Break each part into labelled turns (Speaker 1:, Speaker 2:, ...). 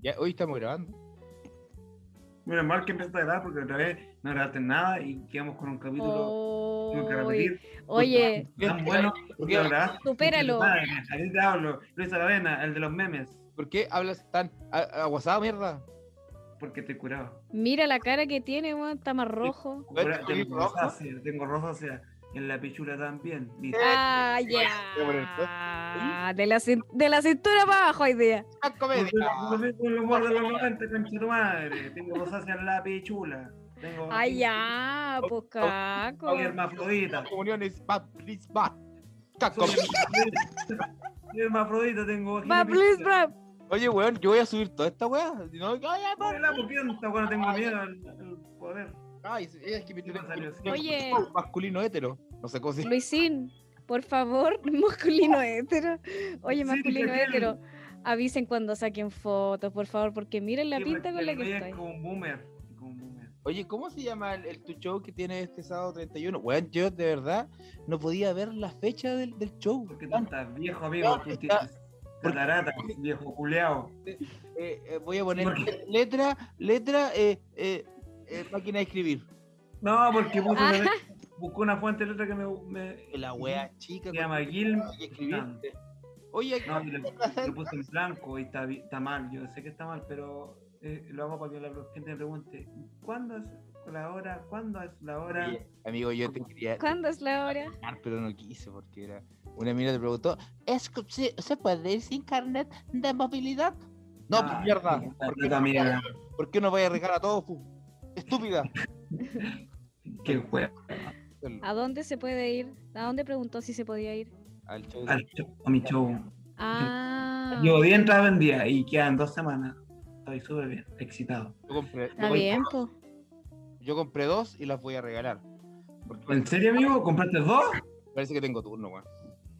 Speaker 1: Ya, hoy estamos grabando.
Speaker 2: Menos mal que empezaste a grabar porque otra vez no grabaste nada y quedamos con un capítulo que tengo que repetir.
Speaker 3: Oye,
Speaker 2: Tan bueno, porque
Speaker 1: Oye,
Speaker 2: ahora-
Speaker 3: supéralo.
Speaker 2: Madre, Ahí te hablo, Luis Aravena, el de los memes,
Speaker 1: ¿Por qué hablas tan a- aguasado, mierda?
Speaker 2: porque te curaba.
Speaker 3: Mira la cara que tiene, weón, está más rojo.
Speaker 1: ¿Ves que
Speaker 2: Tengo
Speaker 1: tengo rojo?
Speaker 2: rosácea, tengo rosácea en la pichula también. Listo.
Speaker 3: Ah,
Speaker 1: sí,
Speaker 3: ya. Ah,
Speaker 1: voy a poner
Speaker 3: De la, cin- de la cintura para abajo hoy día.
Speaker 1: ¡Ah,
Speaker 2: Porque
Speaker 1: comedia!
Speaker 2: yo soy con el humor de los 90, concha tu madre. Tengo rosácea en la pichula. Tengo
Speaker 3: Ay,
Speaker 2: Oh,
Speaker 3: ya, pues caco.
Speaker 2: Soy hermafrodita.
Speaker 1: Comuniones, pa, please, pa. Caco.
Speaker 2: Soy hermafrodita. Soy hermafrodita, tengo vagina
Speaker 3: Va, please,
Speaker 2: pichula.
Speaker 3: bro.
Speaker 1: Oye, weón, yo voy a subir toda esta weá. No, ya, ya, pa.
Speaker 2: Ay, la poquienta, bueno, tengo miedo al, al poder.
Speaker 1: Ay, es que me tiene-
Speaker 3: Oye.
Speaker 1: Masculino hétero. No sé cómo se
Speaker 3: Luisín, por favor, masculino hétero. Oye,
Speaker 2: Sí,
Speaker 3: masculino
Speaker 2: Gabriel.
Speaker 3: hétero. Avisen cuando saquen fotos, por favor, porque miren la
Speaker 2: Sí,
Speaker 3: pinta
Speaker 2: porque
Speaker 3: con la
Speaker 2: me
Speaker 3: que
Speaker 2: veía
Speaker 3: estoy.
Speaker 2: Como un boomer. Como un boomer.
Speaker 1: Oye, ¿cómo se llama el, el tu show que tiene este sábado 31? Weón, yo de verdad no podía ver la fecha del, del show.
Speaker 2: Porque tú
Speaker 1: Tan-
Speaker 2: estás viejo, amigo.
Speaker 1: No,
Speaker 2: Tú
Speaker 1: está-
Speaker 2: tienes cataratas, viejo culeado.
Speaker 1: eh, eh, voy a poner
Speaker 2: ¿Por qué?
Speaker 1: letra, letra, eh, eh, eh, máquina de escribir.
Speaker 2: No, porque puse
Speaker 3: Ah.
Speaker 2: una- busqué una fuente de letra que me. me-
Speaker 1: La wea chica.
Speaker 2: Se llama
Speaker 1: con-
Speaker 2: Gil-
Speaker 1: hay que escribirte. Oye,
Speaker 2: No, y lo, lo puse en blanco y está, bi- está mal. Yo sé que está mal, pero eh, lo hago para que la gente me pregunte: ¿cuándo es la hora? ¿Cuándo es la hora?
Speaker 1: oye, amigo, yo te quería
Speaker 3: ¿Cuándo es
Speaker 2: Ah,
Speaker 3: la hora?
Speaker 1: llamar, pero no quise porque era. Una mina te preguntó: ¿Es, que se, ¿se puede ir sin carnet de movilidad? No,
Speaker 2: Ah,
Speaker 1: pues mierda.
Speaker 2: puta,
Speaker 1: ¿Por qué,
Speaker 2: puta mierda.
Speaker 1: por qué no vaya a arriesgar a todos? pu? Estúpida.
Speaker 2: Qué juego.
Speaker 3: ¿A dónde se puede ir? ¿A dónde preguntó si se podía ir?
Speaker 1: Al show.
Speaker 2: Al show, a mi show.
Speaker 3: Ah,
Speaker 2: Llevo 10 entradas vendidas y quedan dos semanas. Estoy súper bien, excitado.
Speaker 1: Yo compré, yo
Speaker 3: está
Speaker 1: compré-
Speaker 3: bien, po.
Speaker 1: yo compré dos y las voy a regalar. Porque
Speaker 2: ¿En serio, amigo? ¿Compraste dos?
Speaker 1: parece que tengo turno, weón.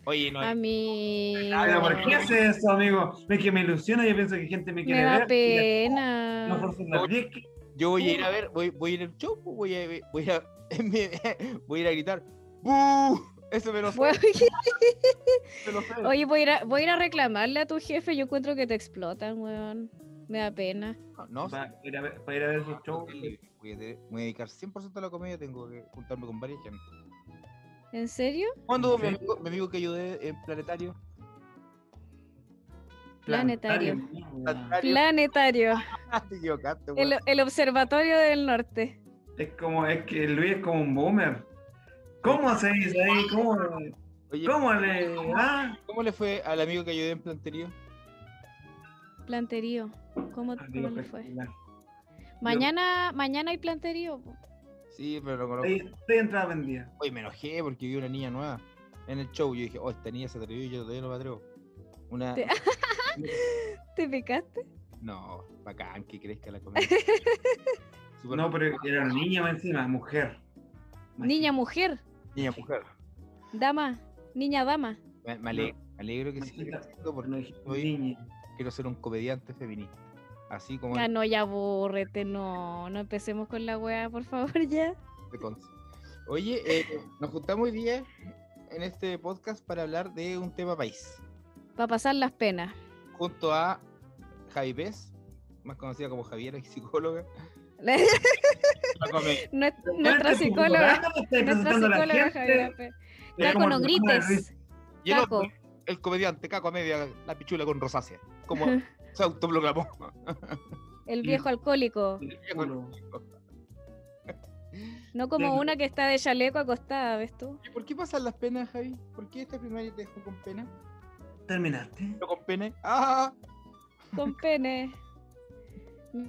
Speaker 1: Oye, no,
Speaker 3: A mí.
Speaker 2: Ay, Ah, ¿Por qué haces eso, amigo? Es que me ilusiona, yo pienso que gente me
Speaker 3: Me
Speaker 2: quiere
Speaker 3: da
Speaker 2: ver. y
Speaker 3: pena.
Speaker 2: No forzas las 10 que-
Speaker 1: yo voy a ir a ver, voy, voy a ir al show, pues, voy a, voy a, voy a ir a gritar. ¡Bú! Eso me lo sé,
Speaker 3: Bueno,
Speaker 1: me lo sé.
Speaker 3: Oye, voy a, ir a, voy a ir a reclamarle a tu jefe. Yo encuentro que te explotan, weón. Me da pena.
Speaker 1: No, no, sé.
Speaker 2: Para ir a ver- para ir a ver esos shows.
Speaker 1: Voy a, tener- me voy a dedicar 100% a la comedia, tengo que juntarme con varias gente.
Speaker 3: ¿En serio?
Speaker 1: ¿Cuándo mi
Speaker 2: Sí.
Speaker 1: amigo, mi amigo que ayudé en Planetario?
Speaker 3: Planetario.
Speaker 2: mierda.
Speaker 3: Planetario.
Speaker 1: Ah, te equivocaste, weón.
Speaker 3: El, el observatorio del norte.
Speaker 2: Es como, es que Luis es como un boomer. ¿Cómo se dice ahí? ¿Cómo,
Speaker 1: Oye,
Speaker 2: cómo le.? Ah,
Speaker 1: ¿cómo le fue al amigo que ayudé en Planetario?
Speaker 3: Planterío. ¿Cómo, cómo
Speaker 2: amigo, pues,
Speaker 3: le fue?
Speaker 2: espectacular.
Speaker 3: Mañana, mañana hay planterío. po.
Speaker 1: Sí, pero lo conozco.
Speaker 2: Ahí estoy entrada vendida.
Speaker 1: Hoy me enojé porque vi una niña nueva en el show. Yo dije, oh, esta niña se atrevió y yo todavía no me atrevo. Una.
Speaker 3: Te- ¿Te picaste?
Speaker 1: No, bacán, que crezca la comida. Super
Speaker 2: No, pero era una niña más encima, mujer.
Speaker 3: Niña, mujer.
Speaker 1: niña mujer.
Speaker 3: Dama. Niña, dama.
Speaker 1: Me, me alegro, me alegro que se siga
Speaker 2: Machista.
Speaker 1: creciendo porque
Speaker 2: No dije
Speaker 1: hoy
Speaker 2: niña.
Speaker 1: quiero ser un comediante feminista. Así como
Speaker 3: Ah, no, ya aburrete. No, no empecemos con la weá, por favor, ya.
Speaker 1: te consta. Oye, eh, nos juntamos hoy día en este podcast para hablar de un tema país.
Speaker 3: Para pasar las penas.
Speaker 1: Junto a Javi Pez, más conocida como Javiera, que es psicóloga. La come-
Speaker 3: Nuest- nuestra
Speaker 2: Este
Speaker 3: psicóloga.
Speaker 2: programa está
Speaker 3: Nuestra
Speaker 2: presentando a la
Speaker 3: psicóloga
Speaker 2: gente,
Speaker 3: Javiera Pérez.
Speaker 2: es
Speaker 3: Caco,
Speaker 2: como
Speaker 3: no
Speaker 2: el programa de Luis.
Speaker 3: grites.
Speaker 1: Y el,
Speaker 3: Caco.
Speaker 1: otro, el comediante Caco a media, la pichula con rosácea. Como se autoproclamó.
Speaker 3: El viejo alcohólico.
Speaker 2: Culo.
Speaker 3: No como
Speaker 2: Bien.
Speaker 3: una que está de chaleco acostada, ¿ves tú?
Speaker 1: ¿Y por qué pasan las penas, Javi? ¿Por qué esta primaria te dejó con pena?
Speaker 2: Terminaste.
Speaker 1: ¿No con pene? ¡Ah!
Speaker 3: Con pene.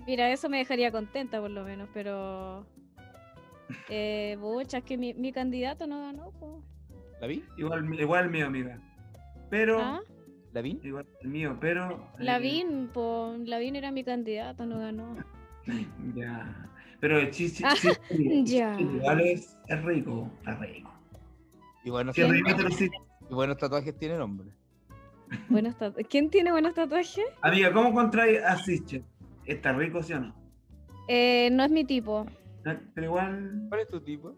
Speaker 3: Mira, eso me dejaría contenta por lo menos, pero. Eh, bucha, es que mi, mi candidato no ganó. po.
Speaker 1: ¿La vi?
Speaker 2: Igual, igual mío, amiga. Pero. eh,
Speaker 3: ¿Ah?
Speaker 1: ¿La vi?
Speaker 2: Igual el mío, pero. eh,
Speaker 3: Lavín, po, Lavín era mi candidato, no ganó.
Speaker 2: Ya. Pero el chiste.
Speaker 3: Ah,
Speaker 2: chiste-
Speaker 3: ya.
Speaker 2: Igual es, es rico. Es rico.
Speaker 1: Y bueno,
Speaker 2: Si es rico, te lo sirve.
Speaker 1: y buenos tatuajes tienen hombre.
Speaker 3: Buenos tatu- ¿Quién tiene buenos tatuajes?
Speaker 2: Amiga, ¿cómo contrae a Sitcher? ¿Está rico, sí o no?
Speaker 3: Eh, no es mi tipo.
Speaker 2: No, Pero igual.
Speaker 1: ¿Cuál es tu tipo?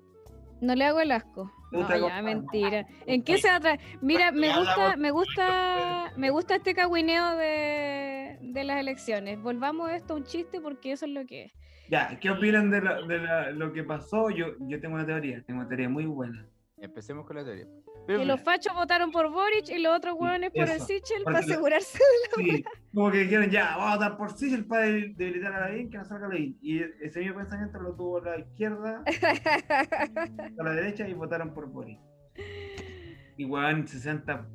Speaker 3: No le hago el asco.
Speaker 2: Me
Speaker 3: No,
Speaker 2: gusta
Speaker 3: ya,
Speaker 2: comprar.
Speaker 3: mentira. ¿En qué se atra Mira, me
Speaker 2: Ya
Speaker 3: gusta,
Speaker 2: hablamos. pues?
Speaker 3: me gusta, me gusta este cagüineo de, de las elecciones. Volvamos esto a un chiste porque eso es lo que es.
Speaker 2: Ya, ¿qué opinan de, la- de la- lo que pasó? Yo, yo tengo una teoría, tengo una teoría muy buena.
Speaker 1: Empecemos con la teoría. Pero,
Speaker 3: Que los fachos votaron por Boric y los otros hueones por el
Speaker 2: eso.
Speaker 3: Sichel
Speaker 2: Por
Speaker 3: para
Speaker 2: eso.
Speaker 3: asegurarse.
Speaker 2: Sí, como que dijeron, ya, vamos a votar por Sichel para de- debilitar a la BIN, que no salga la BIN. Y ese mismo pensamiento lo tuvo la izquierda, a la derecha y votaron por Boris. Igual 60%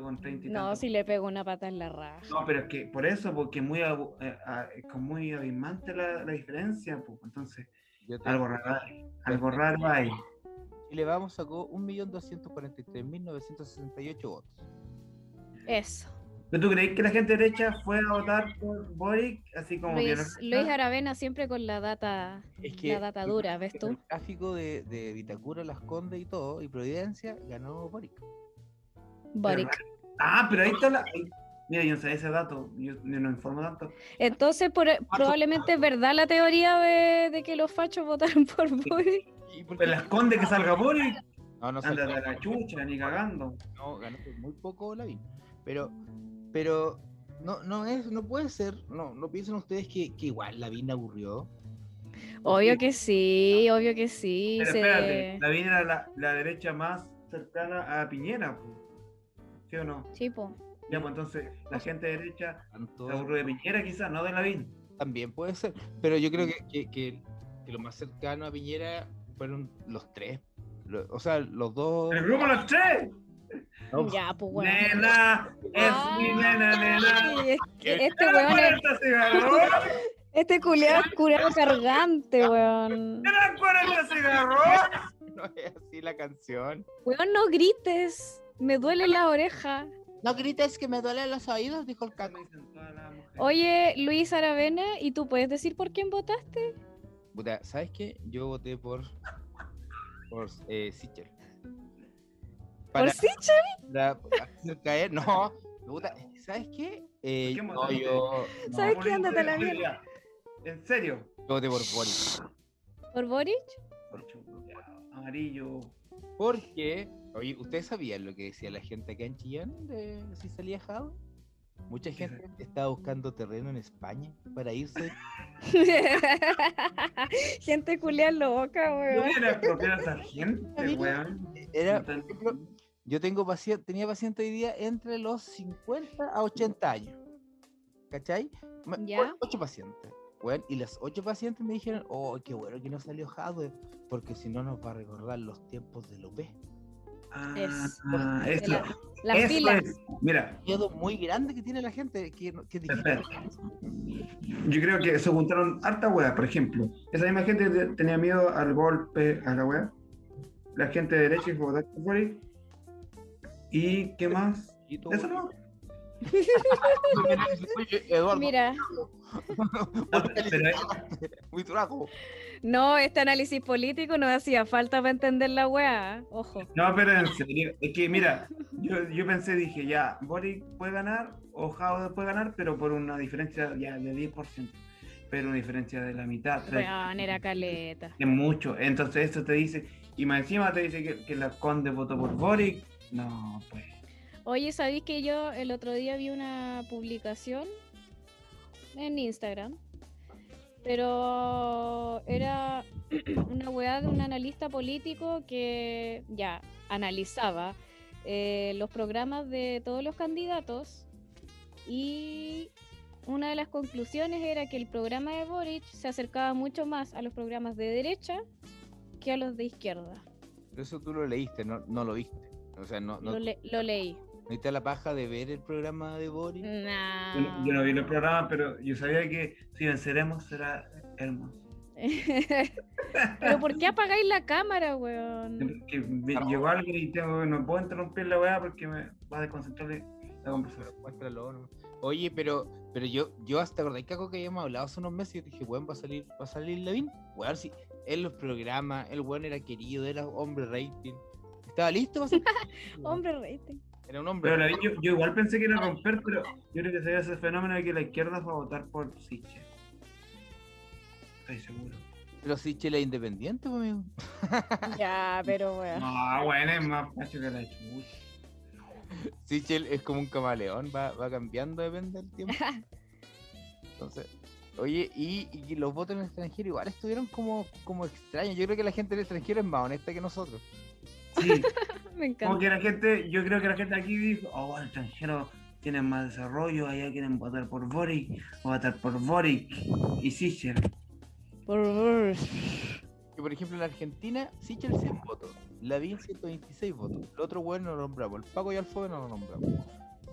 Speaker 2: con 30 y
Speaker 3: no,
Speaker 2: tanto.
Speaker 3: si le pego una pata en la raja.
Speaker 2: No, pero es que por eso, porque muy, abu- eh, ah, es como muy abismante la, la diferencia, pues, entonces
Speaker 1: yo te-
Speaker 2: algo raro hay, algo raro hay.
Speaker 1: Chile Vamos sacó 1.243.968 votos.
Speaker 3: Eso.
Speaker 2: ¿Pero tú crees que la gente derecha fue a votar por Boric? Así como que no-
Speaker 3: Luis, Luis Aravena siempre con la data,
Speaker 1: Es que-
Speaker 3: la data dura, ¿ves
Speaker 1: El
Speaker 3: tú?
Speaker 1: gráfico de, de Vitacura, Las Condes y todo, y Providencia, ganó Boric.
Speaker 3: Boric.
Speaker 2: Ah, pero ahí está la. ahí- Mira, yo no sabía ese dato, yo, yo no informo tanto.
Speaker 3: Entonces, por- probablemente es verdad la teoría de, de que los fachos votaron por Boric.
Speaker 1: ¿Y por
Speaker 2: Pero
Speaker 1: qué?
Speaker 2: las condes Pues que salga Boric,
Speaker 1: No, no
Speaker 2: anda
Speaker 1: salió.
Speaker 2: de la chucha, ni cagando.
Speaker 1: no, ganó por muy poco Lavín. Pero, pero no, no es, no puede ser, no, no piensen ustedes que, que igual Lavín aburrió.
Speaker 3: Obvio que sí, obvio que sí.
Speaker 2: Pero
Speaker 3: se-
Speaker 2: espérate, la viene era la, la derecha más cercana a Piñera, po. ¿sí o no?
Speaker 3: Sí, po.
Speaker 2: Ya, pues entonces, la gente derecha
Speaker 1: Tanto-
Speaker 2: se aburrió de Piñera, quizás, no de Lavín.
Speaker 1: también puede ser. Pero yo creo que, que- que- que lo más cercano a Piñera fueron los tres. Lo- o sea, los dos.
Speaker 2: ¡El grupo Los Tres!
Speaker 1: No,
Speaker 3: Ya, pues, weón.
Speaker 2: ¡Nena! ¡Es mi nena, nena!
Speaker 3: Ah. Ay, es que este
Speaker 2: ¡Nena,
Speaker 3: weón es-
Speaker 2: 40 cigarros!
Speaker 3: este culiado es curado cargante, weón.
Speaker 2: ¡Nena, 40 cigarros!
Speaker 1: no es así la canción.
Speaker 3: Weón, no grites. Me duele la oreja.
Speaker 1: No grites que me duelen los oídos, dijo el
Speaker 2: Eso
Speaker 1: caco.
Speaker 2: me dicen todas las mujeres.
Speaker 3: Oye, Luis Aravena, ¿y tú puedes decir por quién votaste?
Speaker 1: Puta, ¿sabes qué? Yo voté por. por eh, Sichel. Para,
Speaker 3: ¿Por Sichel?
Speaker 1: para hacer caer. No, puta, ¿sabes qué? Eh,
Speaker 2: ¿Por qué
Speaker 1: no,
Speaker 2: votaste?
Speaker 1: yo. no,
Speaker 3: ¿Sabes qué?
Speaker 2: Boric,
Speaker 3: Ándate a la
Speaker 2: en serio,
Speaker 3: mierda.
Speaker 2: ya. En serio.
Speaker 1: yo voté por Boric.
Speaker 3: ¿Por Boric?
Speaker 2: Amarillo.
Speaker 1: Porque, oye, ¿ustedes sabían lo que decía la gente acá en Chillán de si salía Jado? Mucha gente estaba buscando terreno en España para irse.
Speaker 3: Gente culia loca,
Speaker 2: ¿No
Speaker 3: weón.
Speaker 2: era propiedad de esa gente,
Speaker 1: Mira,
Speaker 2: weón?
Speaker 1: Era, por
Speaker 2: Tan-
Speaker 1: ejemplo, yo tengo paciente, tenía paciente hoy día entre los 50 a 80 años. ¿Cachai? Ma-
Speaker 3: Ya.
Speaker 1: Ocho pacientes. weón, y las ocho pacientes me dijeron, oh, qué bueno que no salió Jadwe, porque si no nos va a recordar los tiempos de López.
Speaker 2: Ah,
Speaker 3: Es-
Speaker 2: eso,
Speaker 3: la- La
Speaker 2: eso
Speaker 3: fila.
Speaker 2: es. Mira,
Speaker 1: Miedo muy grande que tiene la gente, que, que es difícil.
Speaker 2: espera. yo creo que se juntaron harta wea, por ejemplo. Esa misma gente te- tenía miedo al golpe, a la wea. La gente de derecha que votó por Boric. ¿Y qué más?
Speaker 1: Y tú,
Speaker 2: Eso no.
Speaker 1: Oye, Eduardo,
Speaker 3: Mira,
Speaker 2: No, pero-
Speaker 1: muy trago.
Speaker 3: no, este análisis político no hacía falta para entender la weá. Ojo.
Speaker 2: No, pero en serio, es que mira, yo, yo pensé, dije, ya, Boric puede ganar o Jao puede ganar, pero por una diferencia ya de 10%, pero una diferencia de la mitad, tres,
Speaker 3: Weón, era caleta.
Speaker 2: es mucho. Entonces eso te dice, y más encima te dice que, que la Conde votó por Boric, no, pues.
Speaker 3: Oye, ¿sabéis que yo el otro día vi una publicación en Instagram? Pero era una weá de un analista político que ya analizaba eh, los programas de todos los candidatos y una de las conclusiones era que el programa de Boric se acercaba mucho más a los programas de derecha que a los de izquierda.
Speaker 1: Pero eso tú lo leíste, no, no lo viste. O sea, no, no,
Speaker 3: Lo, le- Mm. lo leí.
Speaker 1: no te da la paja de ver el programa de Boris.
Speaker 3: Nah.
Speaker 2: Yo, no- yo no vi los programas, pero yo sabía que si venceremos será hermoso.
Speaker 3: Pero ¿por qué apagáis la cámara, weón?
Speaker 2: Que me- llegó alguien y tengo, no puedo interrumpir la weá porque me va a desconcentrar la conversación.
Speaker 1: Muéstralo, ¿no? Oye, pero, pero yo, yo hasta acordé que algo que habíamos hablado hace unos meses, yo dije, weón, va a salir, va a salir Levin. Weón, si en los programas, el weón era querido, era hombre rating. Estaba listo, para ser-
Speaker 3: Hombre rating.
Speaker 1: era un hombre.
Speaker 2: Pero la vi, yo, yo igual pensé que era romper, pero yo creo que sería ese fenómeno de que la izquierda fue a votar por Siche. Estoy seguro.
Speaker 1: Pero si Chile es independiente, pues, amigo.
Speaker 3: Ya, pero bueno.
Speaker 2: No, bueno, es más pacho que la chucha.
Speaker 1: Sichel es como un camaleón, va, va cambiando, depende del tiempo. Entonces, oye, y, y los votos en el extranjero igual estuvieron como, como extraños. Yo creo que la gente del extranjero es más honesta que nosotros.
Speaker 2: Sí,
Speaker 3: Me
Speaker 2: como
Speaker 3: encanta.
Speaker 2: que la gente, yo creo que la gente aquí dijo, oh, el extranjero tienen más desarrollo, allá quieren votar por Boric, votar por Boric y Sichel.
Speaker 3: Por favor.
Speaker 1: Que por ejemplo en Argentina, Sichel 100 votos, Lavín 126 votos, el otro weón no lo nombramos, el Paco y Alfobe no lo nombramos.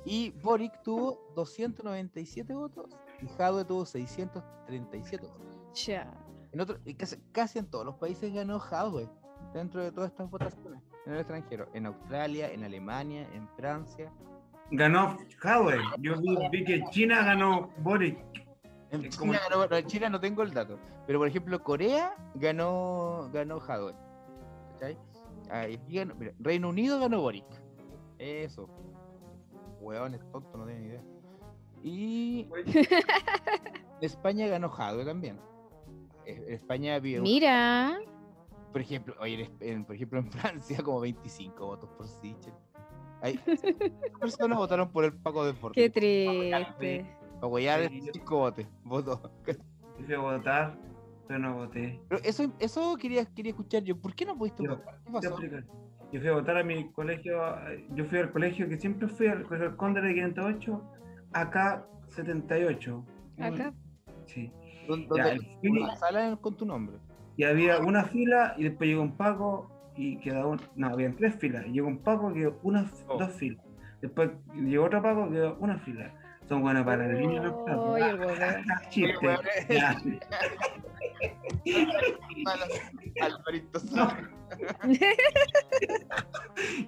Speaker 1: Y Boric tuvo 297 votos y Jadwe tuvo 637 votos.
Speaker 3: Ya.
Speaker 1: En otro, y casi, casi en todos los países ganó Jadwe dentro de todas estas votaciones en el extranjero, en Australia, en Alemania, en Francia,
Speaker 2: Ganó Howard. Yo vi, vi que China ganó Boric.
Speaker 1: en
Speaker 2: Es como-
Speaker 1: China, ganó- no, en China no tengo el dato, pero por ejemplo Corea ganó ganó Jadwe. ¿cachai? Ah, y ganó- mira, Reino Unido ganó Boric. Eso. Hueones tontos, no tienen idea. Y España ganó Jadwe también. Eh, España vive un-
Speaker 3: Mira.
Speaker 1: Por ejemplo, oye, en Esp- en- por ejemplo, en Francia, como 25 votos por Sichel. Hay personas votaron por el Paco de Porto.
Speaker 3: Qué triste.
Speaker 1: Para huear
Speaker 2: Sí.
Speaker 1: 5 votos. votos.
Speaker 2: Quise votar, pero no voté.
Speaker 1: Pero eso, eso quería, quería escuchar yo. ¿Por qué no pudiste
Speaker 2: Yo-
Speaker 1: votar? ¿Qué pasó?
Speaker 2: Te voy a explicar. Yo fui a votar a mi colegio, eh, yo fui al colegio que siempre fui, al colegio Conde de 508, acá 78.
Speaker 3: Acá.
Speaker 2: Sí.
Speaker 1: ¿Dónde-
Speaker 2: Ya,
Speaker 1: dónde-
Speaker 2: el
Speaker 1: en
Speaker 2: Fili-
Speaker 1: la sala con tu nombre.
Speaker 2: y había una fila y después llegó un Paco y quedó un... No, habían tres filas. y Llegó un Paco que una,
Speaker 1: Oh.
Speaker 2: dos filas. Después llegó otro Paco que quedó una fila. Son buenos para el niño. los Pacos.
Speaker 3: Oye, el huevón.
Speaker 2: Chiste.
Speaker 1: Oye,
Speaker 2: Ya.
Speaker 1: Alvarito Sala.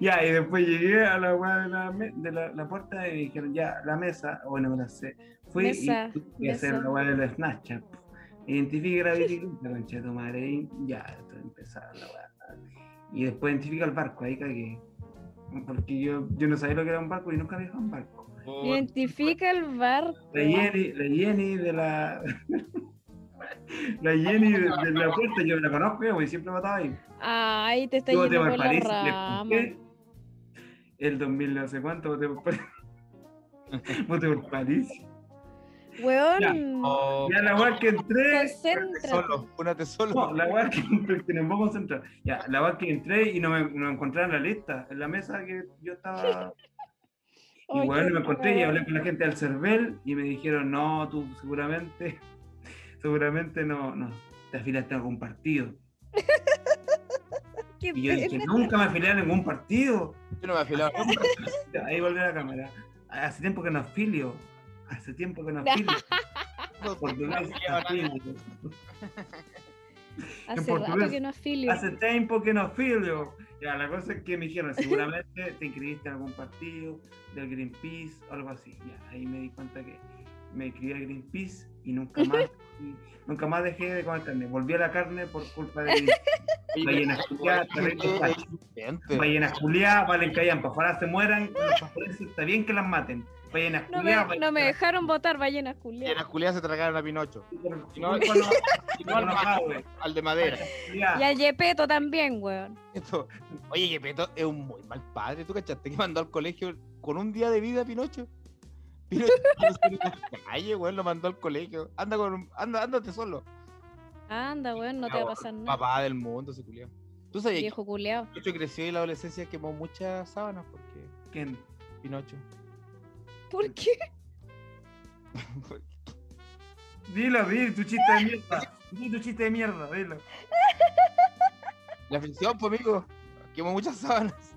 Speaker 2: Ya, y después llegué a la weá de, la, me- de la, la puerta y me dijeron, ya, la mesa, bueno, me la sé. Fui
Speaker 3: Mesa,
Speaker 2: y tuve que hacer
Speaker 3: mesa.
Speaker 2: la weá de la Snapchat. Identifique la bicicleta, concha de tu madre, y ya, esto empezaba la weá. Y después identifica el barco, ahí cagué. Porque yo, yo no sabía lo que era un barco y nunca había viajado en barco.
Speaker 3: Identifica el barco.
Speaker 2: La Jenny, la Jenny de la. la Jenny de, de la puerta, yo la conozco, yo siempre mataba ahí.
Speaker 3: Ay, te está
Speaker 2: Yo voté
Speaker 3: yendo
Speaker 2: por
Speaker 3: por la
Speaker 2: París, le
Speaker 3: rama.
Speaker 2: puse el 2000 no sé cuánto, voté por París. voté por París.
Speaker 3: Weón,
Speaker 1: Oh,
Speaker 2: Ya la weá que entré.
Speaker 3: concéntrate.
Speaker 1: solo, únate solo.
Speaker 2: No, la weá que, que nos vamos a entrar. Ya, la weá que entré y no me, no me encontré en la lista, en la mesa que yo estaba. Y
Speaker 3: Ay,
Speaker 2: bueno,
Speaker 3: qué
Speaker 2: me encontré y
Speaker 3: weón.
Speaker 2: hablé con la gente del CERVEL y me dijeron, no, tú seguramente, seguramente no, no, te afilaste a algún partido.
Speaker 3: Qué
Speaker 2: Y yo dije,
Speaker 3: pena.
Speaker 2: nunca me afilé a ningún partido.
Speaker 1: Yo no me afilaba.
Speaker 2: Ya, Ahí volvió la cámara. Hace tiempo que no afilio. Hace tiempo que no afilio. Portugués, afilio.
Speaker 3: Hace rato
Speaker 2: portugués.
Speaker 3: que no afilio.
Speaker 2: Hace tiempo que no afilio. Ya, la cosa es que me dijeron, seguramente te inscribiste en algún partido del Greenpeace o algo así. Ya, ahí me di cuenta que me inscribí al Greenpeace y nunca más, y nunca más dejé de comer carne. Volví a la carne por culpa de Greenpeace. Ballenas culiadas, terrible facho. Ballenas culiadas, valen que hayan, para afuera se mueran. y los japoneses, Está bien que las maten. Ballenas
Speaker 3: No
Speaker 2: culiadas,
Speaker 3: me,
Speaker 2: valen
Speaker 3: no me
Speaker 2: que
Speaker 3: dejaron votar ballenas culiadas.
Speaker 1: Ballenas culiadas se tragaron a Pinocho.
Speaker 2: Por-
Speaker 1: No,
Speaker 2: por- por-
Speaker 1: no,
Speaker 2: por-
Speaker 1: no,
Speaker 2: por-
Speaker 1: Al de madera.
Speaker 2: Ya.
Speaker 3: Y a Yepeto también, weón.
Speaker 1: Esto- Oye, Yepeto es un muy mal padre. ¿Tú cachaste que mandó al colegio con un día de vida a Pinocho? Pinocho no salió a la calle, weón, lo mandó al colegio. Anda con un- anda, ándate solo.
Speaker 3: Anda, weón, no te va a pasar nada. este
Speaker 1: Papá del mundo se culió. Tú sabías
Speaker 3: Viejo culeado.
Speaker 1: que Pinocho creció y la adolescencia quemó muchas sábanas porque
Speaker 2: ¿Quién?
Speaker 1: Pinocho.
Speaker 3: ¿Por qué?
Speaker 2: Dilo, dilo, tu chiste de mierda. Dilo tu chiste de mierda, dilo.
Speaker 1: La ficción, pues amigo. Quemó muchas sábanas.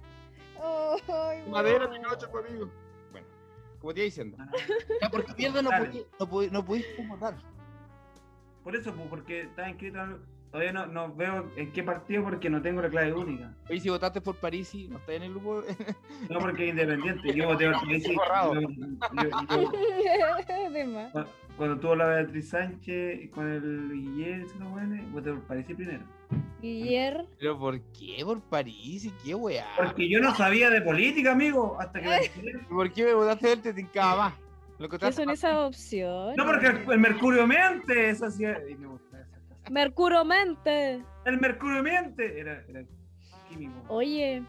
Speaker 3: Ay,
Speaker 1: Madera,
Speaker 3: weón.
Speaker 1: Pinocho, pues amigo. Bueno, como te iba diciendo.
Speaker 2: Ah,
Speaker 1: Ya, porque mierda no,
Speaker 2: Dale.
Speaker 1: pudi- no, pudi- no pudiste votar.
Speaker 2: Por eso, pues, porque está inscrito. en- Todavía no, no veo en qué partido porque no tengo la clave única.
Speaker 1: Oye, si votaste por París y no estás en el grupo.
Speaker 2: No porque es independiente. Yo voté por París. y-
Speaker 1: Borrado.
Speaker 2: yo- yo- yo-
Speaker 3: De más.
Speaker 2: cu- cuando tuvo la Beatriz Sánchez y con el Guillermo, ¿no, bueno? voté por París primero.
Speaker 3: Guiller,
Speaker 1: ¿Pero por qué? ¿Por París? ¿Y qué weá?
Speaker 2: Porque yo no sabía de política, amigo, hasta que la descubrí.
Speaker 1: ¿Por qué me votaste él? Te tincaba más. Ah, Lo que
Speaker 3: ¿qué
Speaker 1: te
Speaker 3: son esas opciones?
Speaker 2: No, porque el, el Mercurio mente, eso sí. es- Ay, me gusta esa frase.
Speaker 3: Mercurio mente.
Speaker 2: El mercurio miente. Era, era químico.
Speaker 3: Oye,